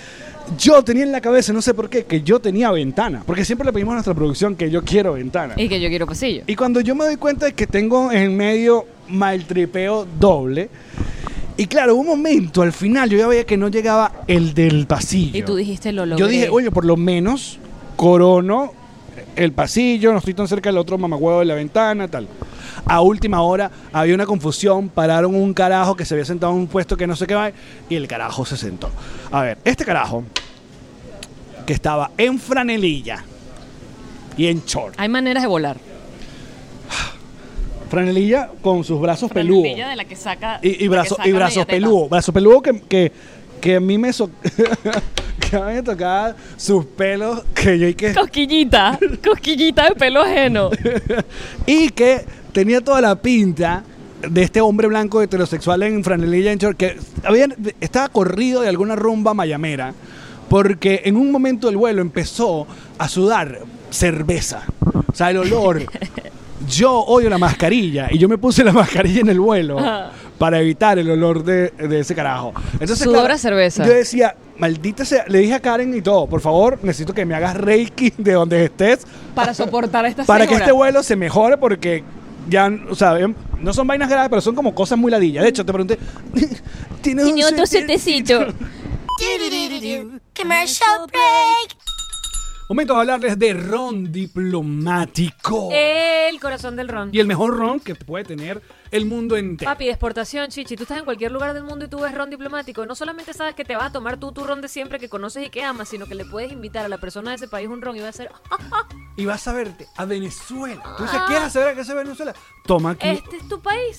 yo tenía en la cabeza, no sé por qué, que yo tenía ventana. Porque siempre le pedimos a nuestra producción que yo quiero ventana. Y que yo quiero pasillo. Y cuando yo me doy cuenta de que tengo en medio maltripeo doble. Y claro, hubo un momento al final yo ya veía que no llegaba el del pasillo. Y tú dijiste, lo logré. Yo dije, oye, por lo menos corono el pasillo, no estoy tan cerca del otro mamagüevo de la ventana, tal. A última hora había una confusión, pararon un carajo que se había sentado en un puesto que no sé qué va y el carajo se sentó. A ver, este carajo que estaba en franelilla y en short. Hay maneras de volar. Franelilla con sus brazos peludos. Franelilla de la que saca- la Y, que y, brazo- saca y brazos media teta. peludos. Brazos peludos que, que, que a mí me, so- que a mí me tocaba sus pelos que yo y que, Cosquillita, cosquillita de pelo ajeno. y que tenía toda la pinta de este hombre blanco heterosexual en franelilla en short que había- estaba corrido de alguna rumba mayamera porque en un momento del vuelo empezó a sudar cerveza. O sea, el olor. Yo odio la mascarilla y yo me puse la mascarilla en el vuelo Ajá. para evitar el olor de, de ese carajo. Entonces, Sudor a cerveza. Yo decía, maldita sea, le dije a Karen y todo, por favor, necesito que me hagas reiki de donde estés Para soportar esta para que este vuelo se mejore porque ya, o sea, em, no son vainas graves, pero son como cosas muy ladillas. De hecho, te pregunté, ¿tienes Tiene un otro sete- setecito. Commercial break. Momento de hablarles de ron diplomático. Eh. El corazón del ron. Y el mejor ron que puede tener el mundo entero. Papi, de exportación, chichi. Tú estás en cualquier lugar del mundo y tú ves ron diplomático. No solamente sabes que te vas a tomar tú tu ron de siempre que conoces y que amas, sino que le puedes invitar a la persona de ese país un ron y va a ser "Ah, Y vas a verte a Venezuela. ¿Tú dices, ¿qué vas a saber a qué se Venezuela? Toma aquí. este es tu país.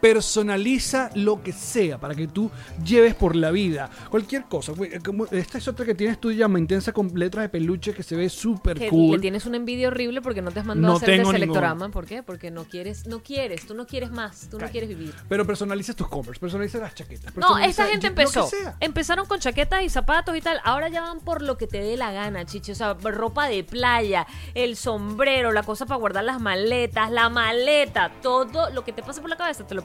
personaliza lo que sea para que tú lleves por la vida. Cualquier cosa. Güey, como- Esta es otra que tienes tú, llama intensa con letras de peluche que se ve súper Que cool. le tienes una envidia horrible porque no te has mandado No a hacer el de tengo ninguna. selectorama. ¿Por qué? Porque no quieres, no quieres, tú no quieres más, tú no quieres vivir. Pero personalizas tus covers, personalizas las chaquetas. No, personalizas- esta gente yo- lo que empezó. sea. Empezaron con chaquetas y zapatos y tal. Ahora ya van por lo que te dé la gana, chichi. O sea, ropa de playa, el sombrero, la cosa para guardar las maletas, la maleta, todo lo que te pase por la cabeza te lo Y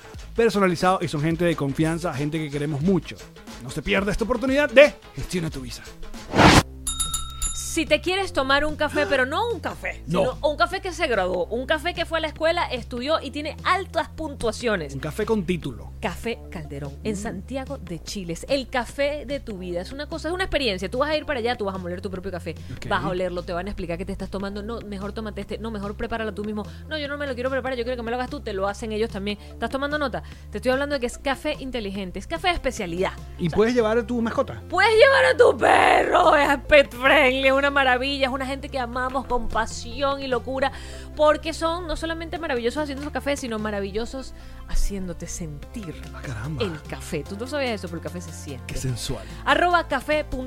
personalizado y son gente de confianza, gente que queremos mucho. No se pierda esta oportunidad de Gestiona tu Visa. Si te quieres tomar un café, pero no un café, No. sino un café que se graduó, un café que fue a la escuela, estudió y tiene altas puntuaciones. Un café con título. Café Calderón, en Santiago de Chile. Es el café de tu vida. Es una cosa, es una experiencia. Tú vas a ir para allá, tú vas a moler tu propio café. Ok. Vas a olerlo, te van a explicar qué te estás tomando. No, mejor tómate este. No, mejor prepáralo tú mismo. No, yo no me lo quiero preparar, yo quiero que me lo hagas tú. Te lo hacen ellos también. ¿Estás tomando nota? Te estoy hablando de que es café inteligente, es café de especialidad. Y puedes llevar a tu mascota. Puedes llevar a tu perro, es pet friendly, es una maravilla, es una gente que amamos con pasión y locura, porque son no solamente maravillosos haciendo los cafés, sino maravillosos haciéndote sentir Ah, caramba. el café. Tú no sabías eso, pero el café se siente. Qué sensual. Arroba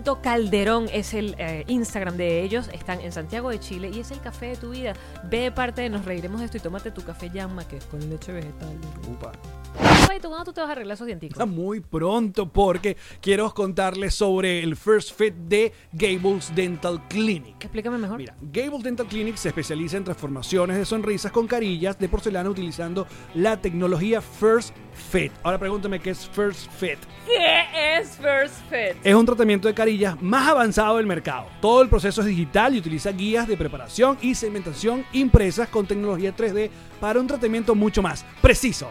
café.calderón es el eh, Instagram de ellos, están en Santiago de Chile y es el café de tu vida. Ve de parte de nos reiremos de esto y tómate tu café llama que es con leche vegetal. Upa. Güey, ¿tú cuándo tú te vas a arreglar esos dienticos? Está muy pronto porque quiero contarles sobre el First Fit de Gables Dental Clinic. Explícame mejor. Mira, Gables Dental Clinic se especializa en transformaciones de sonrisas con carillas de porcelana utilizando la tecnología First Fit. Ahora pregúntame qué es First Fit. ¿Qué es First Fit? Es un tratamiento de carillas más avanzado del mercado. Todo el proceso es digital y utiliza guías de preparación y segmentación impresas con tecnología 3D para un tratamiento mucho más preciso,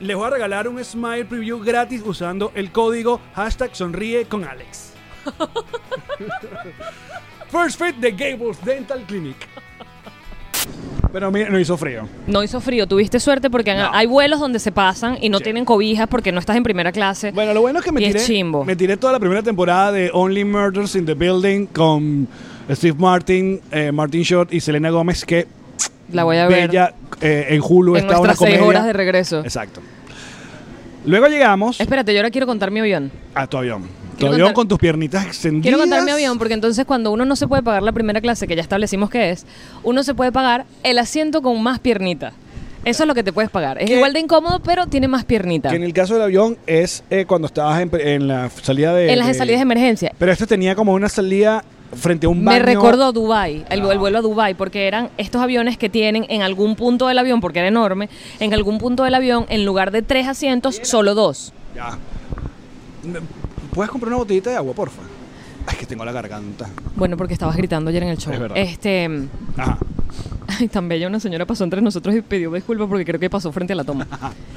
les voy a regalar un Smile Preview gratis usando el código hashtag sonríe con Alex. First Fit de Gables Dental Clinic. Pero mira, no hizo frío. No hizo frío, tuviste suerte porque han- No. hay vuelos donde se pasan y no Sí. tienen cobijas porque no estás en primera clase. Bueno, lo bueno es que me Y es tiré, chimbo. me tiré toda la primera temporada de Only Murders in the Building con Steve Martin, eh, Martin Short y Selena Gómez, que la voy a ver bella eh, en Hulu en está una nuestras seis comedia. horas de regreso. Exacto. Luego llegamos Espérate, yo ahora quiero contar mi avión. a tu avión. Tu Quiero avión contar- con tus piernitas extendidas. Quiero contar mi avión porque entonces cuando uno no se puede pagar la primera clase, que ya establecimos que es, uno se puede pagar el asiento con más piernita. Eso es lo que te puedes pagar. Es ¿Qué? igual de incómodo, pero tiene más piernita. Que en el caso del avión es eh, cuando estabas en, en la salida de... en las salidas de emergencia. Pero este tenía como una salida frente a un Me baño. Ah. recordó Dubai, el, el vuelo a Dubai, porque eran estos aviones que tienen en algún punto del avión, porque era enorme, en algún punto del avión, en lugar de tres asientos, solo dos. Ya. Me- ¿Puedes comprar una botellita de agua, porfa? Ay, que tengo la garganta. Bueno, porque estabas gritando ayer en el show. Es verdad. Este, Ajá. ay, tan bella una señora pasó entre nosotros y pidió disculpas porque creo que pasó frente a la toma.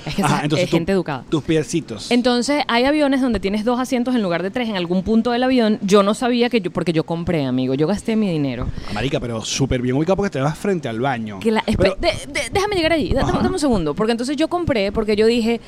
es que Ajá, esa- Ah, entonces es tú- gente educada. Tus piecitos. Entonces, hay aviones donde tienes dos asientos en lugar de tres en algún punto del avión. Yo no sabía que yo, porque yo compré, amigo, yo gasté mi dinero. Marica, pero súper bien ubicado porque te vas frente al baño. Que la- espe- Pero- de- de- déjame llegar allí, da- dame, dame un segundo, porque entonces yo compré, porque yo dije,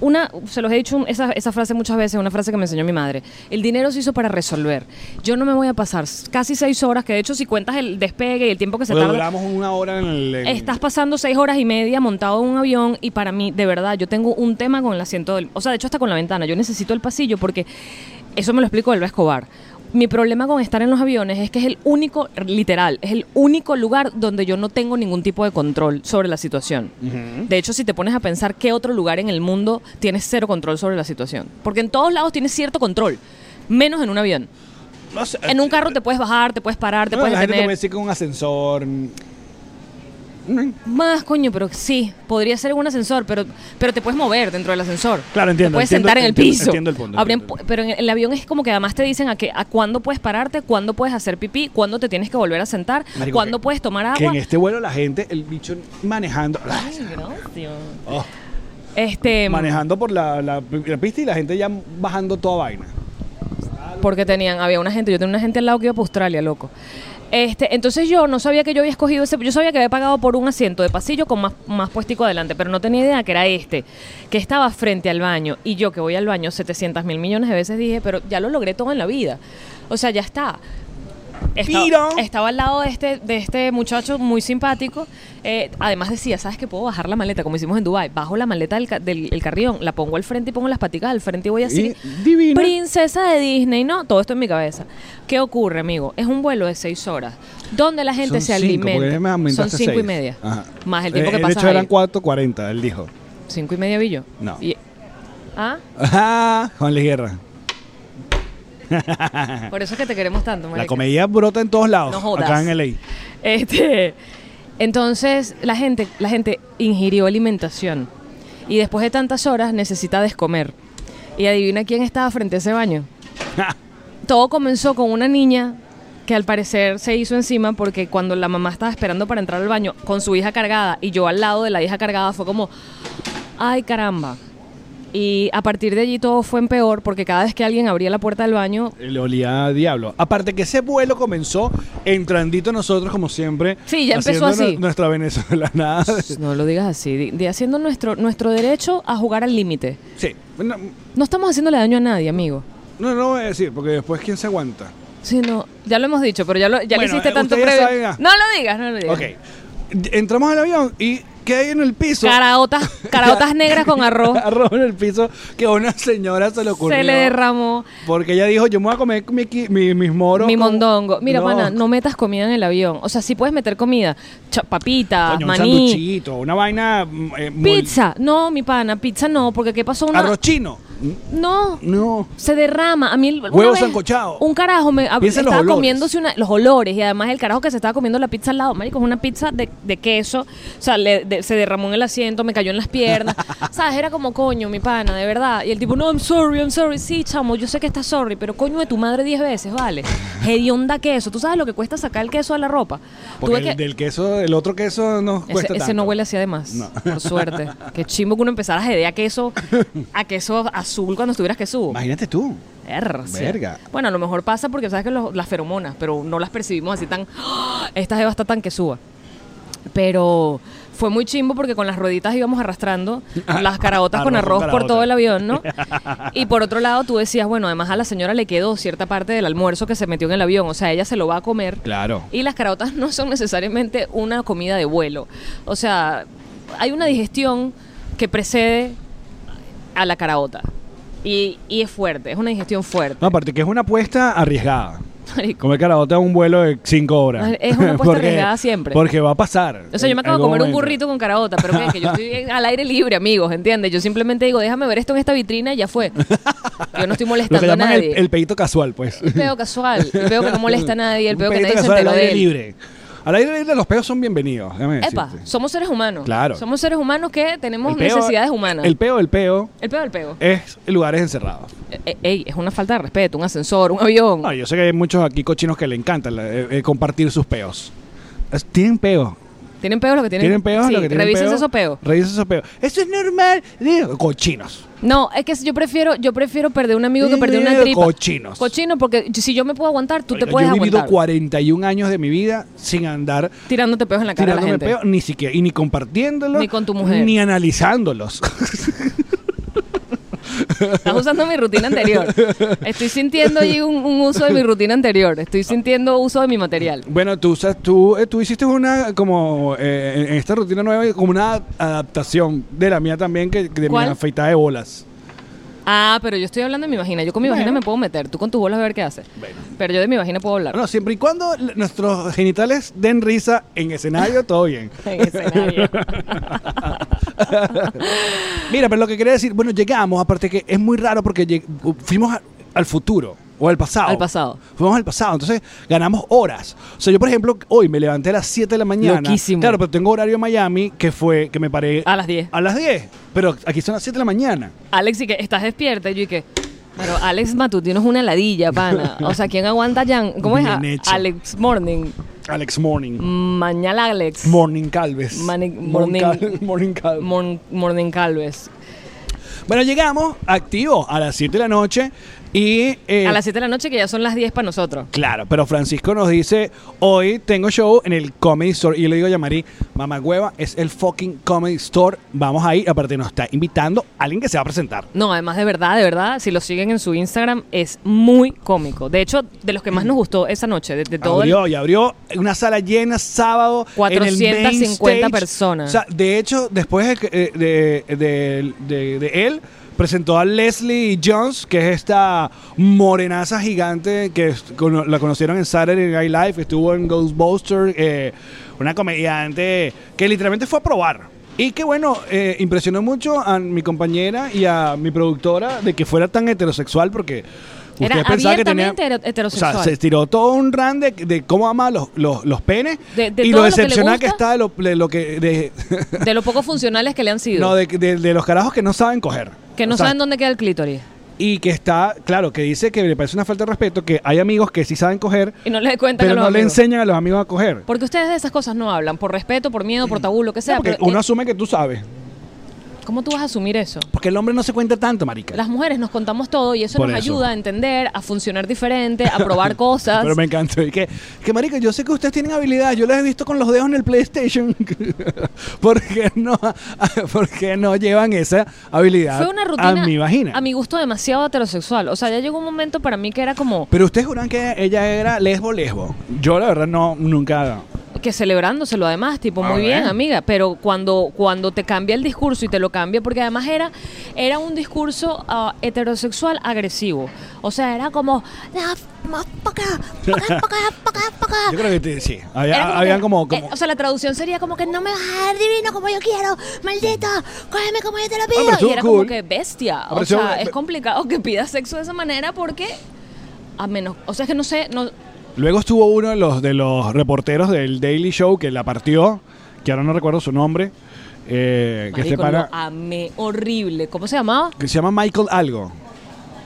una, se los he dicho un- esa, esa frase muchas veces, una frase que me enseñó mi madre. El dinero se hizo para resolver. Yo no me voy a pasar casi seis horas, que de hecho si cuentas el despegue y el tiempo que se Bueno, tarda, duramos una hora en el. en- Estás pasando seis horas y media montado en un avión y para mí, de verdad, yo tengo un tema con el asiento del... O sea, de hecho, hasta con la ventana. Yo necesito el pasillo porque eso me lo explico Elba Escobar. Mi problema con estar en los aviones es que es el único, literal, es el único lugar donde yo no tengo ningún tipo de control sobre la situación. De hecho, si te pones a pensar qué otro lugar en el mundo tienes cero control sobre la situación. Porque en todos lados tienes cierto control, menos en un avión. No sé, En un carro te puedes bajar, te puedes parar, te bueno, puedes Ah, eh, la gente te detener. puede decir que un ascensor. Mm. Más coño, pero sí, podría ser en un ascensor, pero, pero te puedes mover dentro del ascensor. Claro, entiendo, Te puedes entiendo, sentar en el entiendo, piso. entiendo el punto, Habrían entiendo. pu- pero en el avión es como que además te dicen a, que, a cuándo puedes pararte, cuándo puedes hacer pipí, cuándo te tienes que volver a sentar, Marico, cuándo que- puedes tomar Que agua. en este vuelo la gente, el bicho manejando. Ay, gracias. Oh. Este, manejando por la, la- la pista y la gente ya bajando toda vaina. Porque tenían, había una gente, yo tenía una gente al lado que iba para Australia, loco. Este, entonces yo no sabía que yo había escogido ese, yo sabía que había pagado por un asiento de pasillo con más, más puestico adelante, pero no tenía idea que era este, que estaba frente al baño. Y yo que voy al baño 700 mil millones de veces dije, pero ya lo logré todo en la vida. O sea, ya está. Estaba, Pero- estaba al lado de este, de este muchacho muy simpático. Eh, además decía, ¿sabes que puedo bajar la maleta? Como hicimos en Dubai Bajo la maleta del, ca- del el carrión, la pongo al frente y pongo las paticas al frente y voy así. Y divina. Princesa de Disney, ¿no? Todo esto en mi cabeza. ¿Qué ocurre, amigo? Es un vuelo de seis horas, donde la gente Son se cinco, porque me alimenta. Son aumentaste cinco y seis. media. Ajá. Más el tiempo Eh, que De pasas hecho, eran ahí. 4.40, él dijo. Cinco y media vi yo. No. Y- ¿Ah? Ajá, Juan Luis Guerra. Por eso es que te queremos tanto, La marica. comedia brota en todos lados. No jodas. Acá en LA. Este, entonces, la gente, la gente ingirió alimentación. Y después de tantas horas necesita descomer. Y adivina quién estaba frente a ese baño. Todo comenzó con una niña que al parecer se hizo encima porque cuando la mamá estaba esperando para entrar al baño con su hija cargada y yo al lado de la hija cargada fue como, ay caramba. Y a partir de allí todo fue en peor porque cada vez que alguien abría la puerta del baño Le olía a diablo. Aparte que ese vuelo comenzó entrandito nosotros, como siempre. Sí, ya empezó haciendo así. nu- Nuestra venezolana. pues, No lo digas así, di- di- haciendo nuestro, nuestro derecho a jugar al límite. sí. No, No estamos haciéndole daño a nadie, amigo. no lo voy a decir, porque después quién se aguanta. Sí, no, ya lo hemos dicho, pero ya lo, ya le Bueno, hiciste eh, tanto ustedes previo. saben, ah. No lo digas, no lo digas. Ok. Entramos al avión y ¿qué hay en el piso? Caraotas, caraotas negras con arroz. arroz en el piso que a una señora se le ocurrió. Se le derramó Porque ella dijo, yo me voy a comer mi, qui- mi- mis moros. mi con- mondongo. Mira, No, pana, no metas comida en el avión. O sea, sí puedes meter comida, cha- papita, coño, un maní, sanduchito, una vaina... mm, eh, mol- pizza. No, mi pana, pizza no, porque ¿qué pasó? Una- Arroz chino. No. No. Se derrama. A mí, el- una Huevos vez, sancochados. Un carajo me a- Piensa en los estaba olores. comiéndose una- los olores y además el carajo que se estaba comiendo la pizza al lado, marico, es una pizza de, de queso. O sea, le- de- se derramó en el asiento, me cayó en las piernas. ¿Sabes? Era como coño, mi pana, de verdad. Y el tipo, no, I'm sorry, I'm sorry. Sí, chamo, yo sé que estás sorry, pero coño de tu madre 10 veces, vale. Hedionda queso. ¿Tú sabes lo que cuesta sacar el queso a la ropa? Porque el, Tuve que- del queso, el otro queso nos ese, cuesta ese tanto. no huele así además, No. por suerte. Qué chimbo que uno empezara a jedear queso, a queso azul cuando estuvieras que subo. Imagínate tú. Ercia. Verga. Bueno, a lo mejor pasa porque sabes que los- las feromonas, pero no las percibimos así tan. ¡Ah! Esta jeva está tan que suba. Pero fue muy chimbo porque con las rueditas íbamos arrastrando las caraotas con Arroz arroz con por todo caraota. el avión, ¿no? Y por otro lado, tú decías, bueno, además a la señora le quedó cierta parte del almuerzo que se metió en el avión, o sea, ella se lo va a comer. Claro. Y las caraotas no son necesariamente una comida de vuelo. O sea, hay una digestión que precede a la caraota. Y, y es fuerte, es una digestión fuerte. No, aparte que es una apuesta arriesgada. Marico. Comer caraota a un vuelo de 5 horas. Es una apuesta arriesgada siempre. Porque va a pasar. O sea, yo en me acabo de algún comer un momento. burrito con caraota, pero ¿qué? que yo estoy al aire libre, amigos, ¿entiendes? Yo simplemente digo, déjame ver esto en esta vitrina y ya fue. Yo no estoy Lo que molestando a llaman el, nadie. el peito casual, pues. El peo casual, el peo que no molesta a nadie, el Un peo que pedito nadie se casual al enteró de aire él. libre. Al aire libre los peos son bienvenidos. déjame Epa, decirte. somos seres humanos. Claro. Somos seres humanos que tenemos El peo- necesidades humanas. El peo, el peo El peo, el peo. es lugares encerrados. Eh, Ey, es una falta de respeto, un ascensor, un avión. No, yo sé que hay muchos aquí cochinos que le encantan la- eh, eh, compartir sus peos. Es- Tienen peo. ¿Tienen peos lo que tienen? Tienen peos Sí, lo que tienen revisen peo. esos peos. Revisen esos peos. Eso es normal. Digo, cochinos. No, es que yo prefiero, yo prefiero perder un amigo que Eh, perder una tripa. cochinos. Cochino, porque si yo me puedo aguantar, tú Oiga, te puedes yo he vivido aguantar. 41 años de mi vida sin andar Tirándote peos en la cara a la tirándome gente. peo, ni siquiera, y ni compartiéndolos. Ni con tu mujer. Ni analizándolos. Estás usando mi rutina anterior. Estoy sintiendo allí un, un uso de mi rutina anterior. Ah. Estoy sintiendo uso de mi material. Bueno, tú, usas- tú, eh, tú hiciste una, como eh, en esta rutina nueva, como una adaptación de la mía también, que de ¿Cuál? mi afeitada de bolas. Ah, pero yo estoy hablando de mi vagina. Yo con mi vagina me puedo meter. Tú con tus bolas a ver qué haces. Pero yo de mi vagina puedo hablar. No, siempre y cuando l- nuestros genitales den risa en escenario, todo bien. En escenario. Mira, pero lo que quería decir, bueno, llegamos, aparte que es muy raro porque lleg- fuimos a- al futuro o al pasado. Al pasado. Fuimos al pasado, entonces ganamos horas. O sea, yo, por ejemplo, hoy me levanté a las 7 de la mañana. Loquísimo. Claro, pero tengo horario en Miami que fue que me paré A las 10. a las 10, pero aquí son las 7 de la mañana. Alex, y que estás despierta. Y yo, y que. Pero Alex Matutino es una ladilla, pana. O sea, ¿quién aguanta Jan? ¿Cómo es? Bien hecho. Alex Morning. Alex Morning. Mañana Alex. Morning Calves. Mani- morning- Morning Cal- Morning Calves. Mon- morning Calves. Bueno, llegamos activos a las 7 de la noche y... eh, A las 7 de la noche, que ya son las 10 para nosotros. Claro, pero Francisco nos dice, hoy tengo show en el Comedy Store. Y yo le digo a Yamari, mamá hueva, es el fucking Comedy Store. Vamos ahí. Aparte nos está invitando alguien que se va a presentar. No, además de verdad, de verdad, si lo siguen en su Instagram, es muy cómico. De hecho, de los que más nos gustó esa noche, de, de todo el- abrió y abrió una sala llena sábado. en el main 450 stage. personas. O sea, de hecho, después de, que- eh, de- de- de- de él, presentó a Leslie Jones, que es esta morenaza gigante que es- cono- la conocieron en Saturday Night Live, estuvo en Ghostbusters, eh, una comediante que literalmente fue a probar. Y que bueno, eh, impresionó mucho a mi compañera y a mi productora de que fuera tan heterosexual porque... Era usted pensaba que tenía- abiertamente hero- heterosexual. O sea, se tiró todo un run de, de cómo ama los, los, los penes De- de y todo lo lo que le decepcionada que, gusta. está de lo, de lo que de, de lo poco funcionales que le han sido. no, de, de- de los carajos que no saben coger. que no O sea, saben dónde queda el clítoris. Y que está, claro, que dice que le parece una falta de respeto que hay amigos que sí saben coger, Y no le cuentan pero a no los le amigos. enseñan a los amigos a coger. Porque ustedes de esas cosas no hablan, por respeto, por miedo, por tabú, lo que sea. porque pero, uno eh, asume que tú sabes. ¿Cómo tú vas a asumir eso? Porque el hombre no se cuenta tanto, marica. Las mujeres nos contamos todo y eso Por nos eso. ayuda a entender, a funcionar diferente, a probar cosas. Pero me encantó. Y que, que, marica, yo sé que ustedes tienen habilidad. Yo los he visto con los dedos en el PlayStation. ¿Por qué no, por qué no llevan esa habilidad Fue una rutina a mi vagina? a mi gusto demasiado heterosexual. O sea, ya llegó un momento para mí que era como Pero ustedes juran que ella era lesbo, lesbo. Yo, la verdad, no, nunca. que celebrándoselo además, tipo, Ah, muy bien, bueno. amiga, pero cuando, cuando te cambia el discurso y te lo cambia, porque además era, era un discurso ah, heterosexual agresivo. O sea, era como, "Ah, más poca, poca, poca, poca, poca". Yo creo que te- sí. Había- Era como Ah, habían que, como. como eh, o sea, la traducción sería como que no me vas a dar divino como yo quiero, maldito, cógeme como yo te lo Ah, pero pido. estuvo Y era cool. Ah, como que bestia. Pero o estuvo- sea, es complicado que pidas sexo de esa manera porque, a menos, o sea, es que no sé, no, Luego estuvo uno de los, de los reporteros del Daily Show que la partió, que ahora no recuerdo su nombre, eh, que se Marico, ah. para. lo amé, horrible. ¿Cómo se llamaba? Que se llama Michael Algo.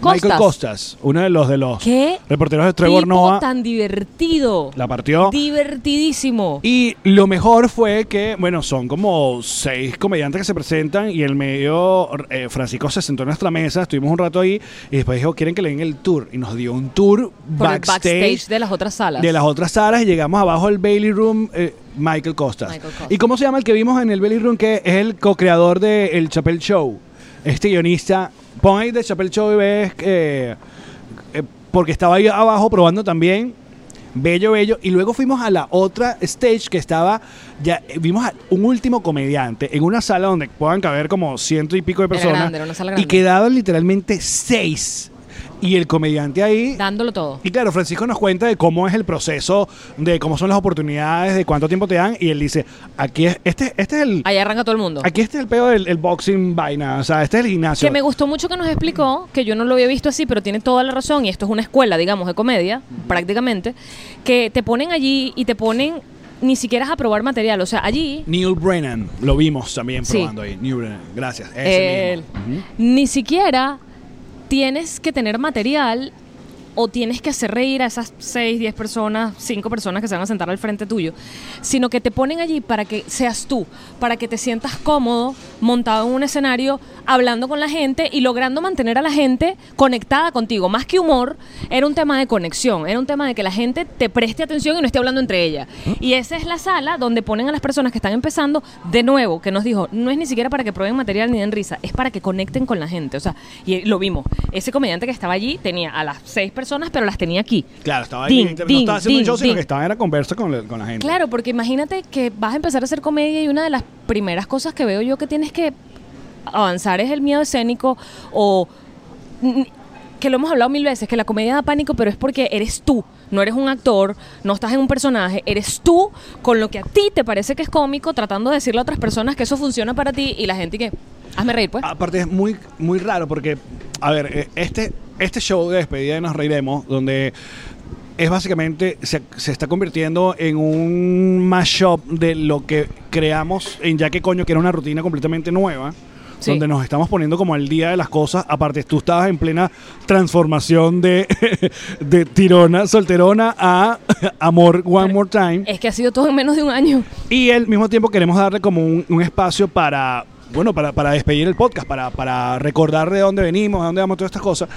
Michael Costas. Costas, uno de los de los ¿Qué? reporteros de Trevor Tipo Noah. tan divertido. La partió. Divertidísimo. Y lo mejor fue que, bueno, son como seis comediantes que se presentan y el medio, eh, Francisco se sentó en nuestra mesa, estuvimos un rato ahí y después dijo, quieren que le den el tour. Y nos dio un tour por backstage, el backstage de las otras salas. de las otras salas y llegamos abajo al Bailey Room, eh, Michael, Costas. Michael Costas. ¿Y cómo se llama el que vimos en el Bailey Room? Que es el co-creador de El Chapel Show. Este guionista, pon ahí de Chapel Show y ves, eh, eh, porque estaba ahí abajo probando también. Bello, bello. Y luego fuimos a la otra stage que estaba, ya eh, vimos a un último comediante en una sala donde puedan caber como ciento y pico de Era personas. grande, era una sala Y grande. quedaban literalmente seis. Y el comediante ahí Dándolo todo. y claro, Francisco nos cuenta de cómo es el proceso, de cómo son las oportunidades, de cuánto tiempo te dan. Y él dice, aquí es, este, este es el. Ahí arranca todo el mundo. Aquí este es el peo del el boxing vaina. O sea, este es el gimnasio. Que me gustó mucho que nos explicó, que yo no lo había visto así, pero tiene toda la razón, y esto es una escuela, digamos, de comedia, prácticamente, que te ponen allí y te ponen ni siquiera es a probar material. O sea, allí Neil Brennan, lo vimos también Sí. probando ahí. Neil Brennan, gracias. Ese Él. mismo. Ujú. Ni siquiera tienes que tener material o tienes que hacer reír a esas 6, 10 personas, 5 personas que se van a sentar al frente tuyo, sino que te ponen allí para que seas tú, para que te sientas cómodo montado en un escenario, hablando con la gente y logrando mantener a la gente conectada contigo. Más que humor, era un tema de conexión, era un tema de que la gente te preste atención y no esté hablando entre ella. Y esa es la sala donde ponen a las personas que están empezando, de nuevo, que nos dijo, no es ni siquiera para que prueben material ni den risa, es para que conecten con la gente. O sea, y lo vimos. Ese comediante que estaba allí tenía a las seis personas, pero las tenía aquí. Claro, estaba Ding, ahí, no ding, estaba haciendo un ding, show, sino ding. que estaba en la conversa con la, con la gente. Claro, porque imagínate que vas a empezar a hacer comedia y una de las primeras cosas que veo yo que tienes que avanzar es el miedo escénico o n- que lo hemos hablado mil veces, que la comedia da pánico, pero es porque eres tú, no eres un actor, no estás en un personaje, eres tú con lo que a ti te parece que es cómico, tratando de decirle a otras personas que eso funciona para ti y la gente que, hazme reír pues. Aparte es muy, muy raro porque, a ver, eh, este, este show de despedida de Nos Reiremos, donde es básicamente, se, se está convirtiendo en un mashup de lo que creamos en Ya que Coño, que era una rutina completamente nueva. Sí. Donde nos estamos poniendo como al día de las cosas. Aparte, tú estabas en plena transformación de, de tirona, solterona a amor one more time. Es que ha sido todo en menos de un año. Y al mismo tiempo queremos darle como un, un espacio para, bueno, para, para despedir el podcast, para, para recordar de dónde venimos, de dónde vamos, todas estas cosas.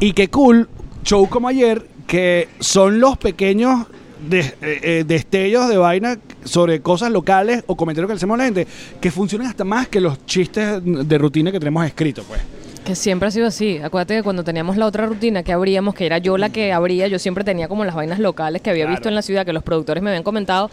Y qué cool, show como ayer, que son los pequeños des- eh, eh, destellos de vaina sobre cosas locales o comentarios que le hacemos a la gente, que funcionan hasta más que los chistes de rutina que tenemos escritos, pues. Que siempre ha sido así. Acuérdate que cuando teníamos la otra rutina que abríamos, que era yo la que abría, yo siempre tenía como las vainas locales que había Claro. visto en la ciudad, que los productores me habían comentado.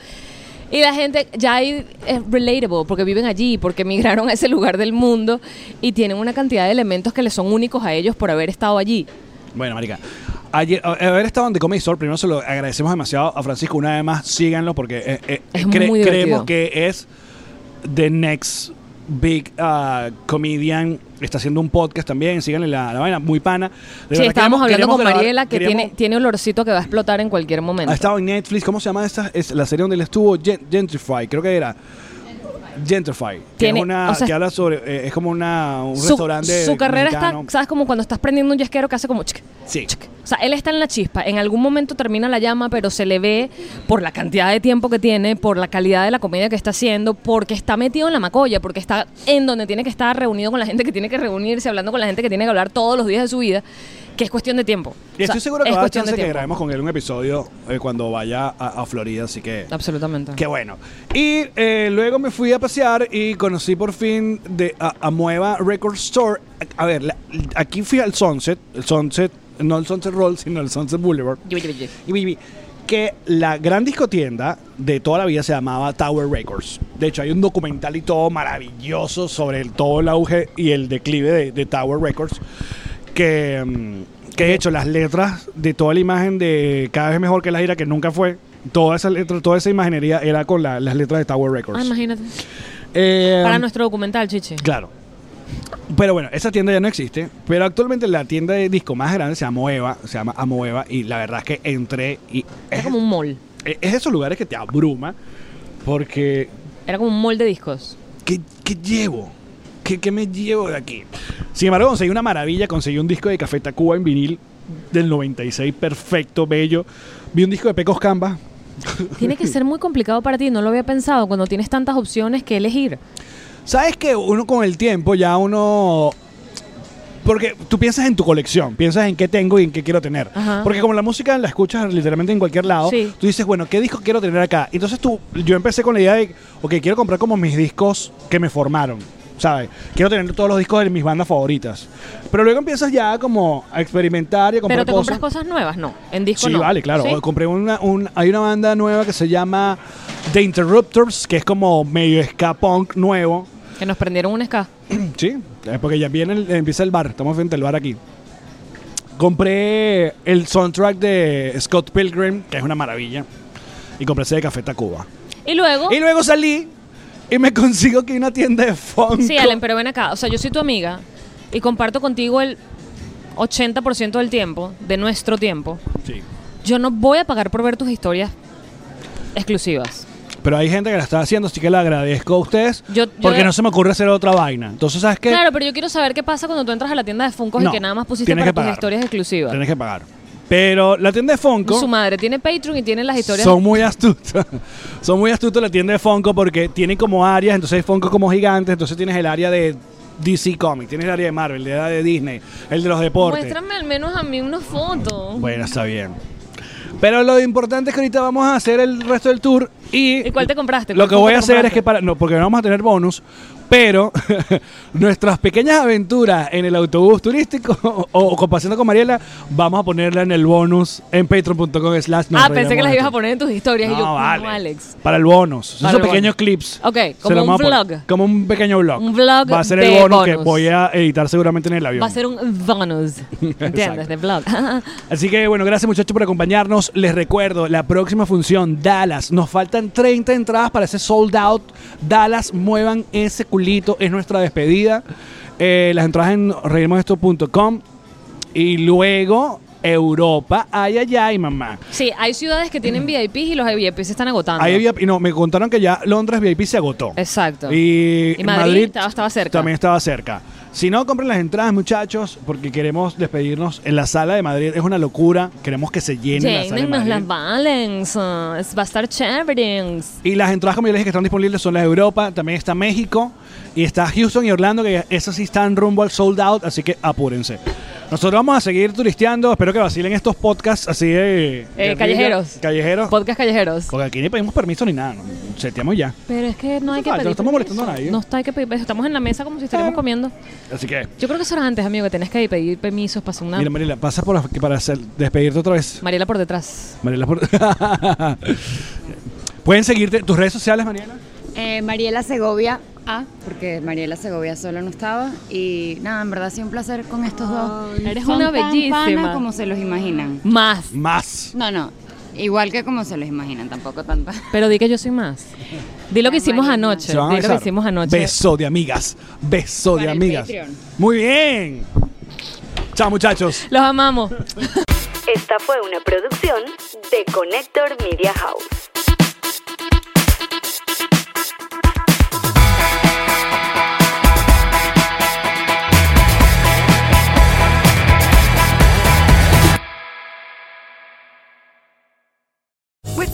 Y la gente ya ahí es relatable, porque viven allí, porque emigraron a ese lugar del mundo y tienen una cantidad de elementos que les son únicos a ellos por haber estado allí. Bueno, marica. Ayer, a- haber estado donde Comedy Store, primero se lo agradecemos demasiado a Francisco. Una vez más, síganlo porque eh, eh, Es muy divertido. creemos que es the next big ah, comedian. Está haciendo un podcast también, síganle la, la vaina, muy pana. De sí, verdad, estábamos queremos- hablando queremos con grabar- Mariela que queremos- tiene, tiene olorcito que va a explotar en cualquier Ha momento. estado en Netflix, ¿cómo se llama esta? Es la serie donde él estuvo, Gen- Gentrify, creo que era. Gentrify. que es Tiene- una, o sea, que habla sobre, eh, es como una, un su, restaurante. su carrera está, dominicano. ¿sabes? Como cuando estás prendiendo un yesquero que hace como... chic, Sí. chic. O sea, él está en la chispa. En algún momento termina la llama, pero se le ve por la cantidad de tiempo que tiene, por la calidad de la comida que está haciendo, porque está metido en la macolla, porque está en donde tiene que estar reunido con la gente que tiene que reunirse, hablando con la gente que tiene que hablar todos los días de su vida, que es cuestión de tiempo. Y O sea, estoy seguro que es va a haber cuestión de chance que tiempo. grabemos con él un episodio eh, cuando vaya a, a Florida, así que. Absolutamente. Qué bueno. Y eh, luego me fui a pasear y conocí por fin de, a, a Mueva Record Store. A, a ver, la- aquí fui al Sunset, el Sunset, no el Sunset Roll, sino el Sunset Boulevard. Yo, yo, yo. Y vi- vi que la gran discotienda de toda la vida se llamaba Tower Records. De hecho, hay un documental y todo maravilloso sobre el- todo el auge y el declive de, de Tower Records. Que, mm, que de hecho, las letras de toda la imagen de Cada vez mejor que la gira, que nunca fue, toda esa letra, toda esa imaginería era con la- las letras de Tower Ah, Records. imagínate. Eh, Para nuestro documental, Chichi. Claro. Pero bueno, esa tienda ya no existe. Pero actualmente la tienda de disco más grande se llama Moeva. Se llama Amoeva. Y la verdad es que entré y Era como un mall. eh, Es esos lugares que te abruma porque Era como un mall de discos. ¿qué, qué llevo? ¿Qué, qué me llevo de aquí? Sin embargo, conseguí una maravilla, conseguí un disco de Café Tacuba en vinil del 96, perfecto, bello. Vi un disco de Pecos Camba. Tiene que ser muy complicado para ti, no lo había pensado, cuando tienes tantas opciones que elegir. ¿Sabes que uno con el tiempo ya uno... Porque tú piensas en tu colección, piensas en qué tengo y en qué quiero tener. Ajá. Porque como la música la escuchas literalmente en cualquier lado, Sí. tú dices, bueno, ¿qué disco quiero tener acá? Entonces tú, yo empecé con la idea de, ok, quiero comprar como mis discos que me formaron, ¿sabes? Quiero tener todos los discos de mis bandas favoritas. Pero luego empiezas ya como a experimentar y a comprar Pero te cosas. compras cosas nuevas, no. En disco Sí, no. vale, claro. ¿Sí? Compré una, un- hay una banda nueva que se llama The Interruptors, que es como medio ska punk nuevo. Que nos prendieron un ska. Sí, eh, porque ya viene el- empieza el bar, estamos frente al bar aquí. Compré el soundtrack de Scott Pilgrim, que es una maravilla, y compré ese de Café Tacuba. Y luego, Y luego salí y me consigo que una tienda de funk. sí, Allen, pero ven acá. O sea, yo soy tu amiga y comparto contigo el 80% del tiempo, de nuestro tiempo. Yo no voy a pagar por ver tus historias exclusivas. Pero hay gente que la está haciendo, así que le agradezco a ustedes, Yo- yo- porque no se me ocurre hacer otra vaina. Entonces, ¿sabes qué? Claro, pero yo quiero saber qué pasa cuando tú entras a la tienda de Funkos No, y que nada más pusiste tienes para que pagar. tus historias exclusivas. Tienes que pagar. Pero la tienda de Fonco. Su madre tiene Patreon y tiene las historias. Son muy astutos. Son muy astutos la tienda de Funko porque tienen como áreas, entonces Funko como gigantes, entonces tienes el área de DC Comics, tienes el área de Marvel, el área de Disney, el de los deportes. Muéstrame al menos a mí una foto. Bueno, está bien. Pero lo importante es que ahorita vamos a hacer el resto del tour y... ¿Y cuál te compraste? Lo que ¿Cuál voy a te hacer es compraste? que para... No, porque no vamos a tener bonus, pero nuestras pequeñas aventuras en el autobús turístico o, o con Paseando con Mariela, vamos a ponerla en el bonus en patreon.com slash nos ah, pensé que reiremos las de ibas a todo. poner en tus historias. y yo, No, no, vale. Alex. Para el bonus. Son Para esos el bonus. pequeños clips. Ok, Se como los un vamos a poner. vlog. Como un pequeño vlog. Un vlog Va a ser el de bonus, que bonus. voy a editar seguramente en el avión. Va a ser un bonus. ¿Entiendes? De vlog. Así que bueno, gracias muchachos por acompañarnos. Les recuerdo, la próxima función, Dallas. Nos faltan 30 entradas para ese sold out. Dallas, muevan ese culito. Es nuestra despedida. Eh, las entradas en reirmosesto.com. Y luego, Europa. Ay, ay, ay, mamá. sí, hay ciudades que tienen VIPs y los VIPs se están agotando. Ahí había- y no, me contaron que ya Londres VIP se agotó. Ah, Exacto. Y, Y Madrid estaba- estaba cerca. También estaba cerca. Si no, compren las entradas, muchachos, porque queremos despedirnos en la sala de Madrid. Es una locura. Queremos que se llene la sala de Llénenos Madrid. las Valens. ah, es- Va a estar chévere. Y las entradas, como yo les dije, que están disponibles son las de Europa, también está México, y está Houston y Orlando, que esas sí están rumbo al sold out, así que apúrense. Nosotros vamos a seguir turisteando, espero que vacilen estos podcasts así de... de Eh, callejeros. Callejeros. Podcast callejeros. porque aquí ni pedimos permiso ni nada, nos seteamos ya. Pero es que no hay que falta, pedir. no estamos permiso. molestando a nadie. No está, hay que pedir permiso. Estamos en la mesa como si estuviéramos comiendo. Así que... Yo creo que eso era antes, amigo, que tenés que pedir permisos para hacer una. Mira, Mariela, pasa por aquí para hacer- despedirte otra vez. Mariela por detrás. Mariela, por- pueden seguirte tus redes sociales, Mariela. Eh, Mariela Segovia A, porque Mariela Segovia solo no estaba. Y nada, en verdad ha sido un placer con estos dos. eres Son una tan bellísima. panas como se los imaginan. Más. Más. No, no. Igual que como se los imaginan, tampoco tanto. Pero di que yo soy más. Di lo que Ay, hicimos Mariela. anoche. Se van a Di lo que besar. hicimos anoche. Beso de amigas. Beso de Para el amigas. Patreon. Muy bien. Chao, muchachos. Los amamos. Esta fue una producción de Connector Media House. With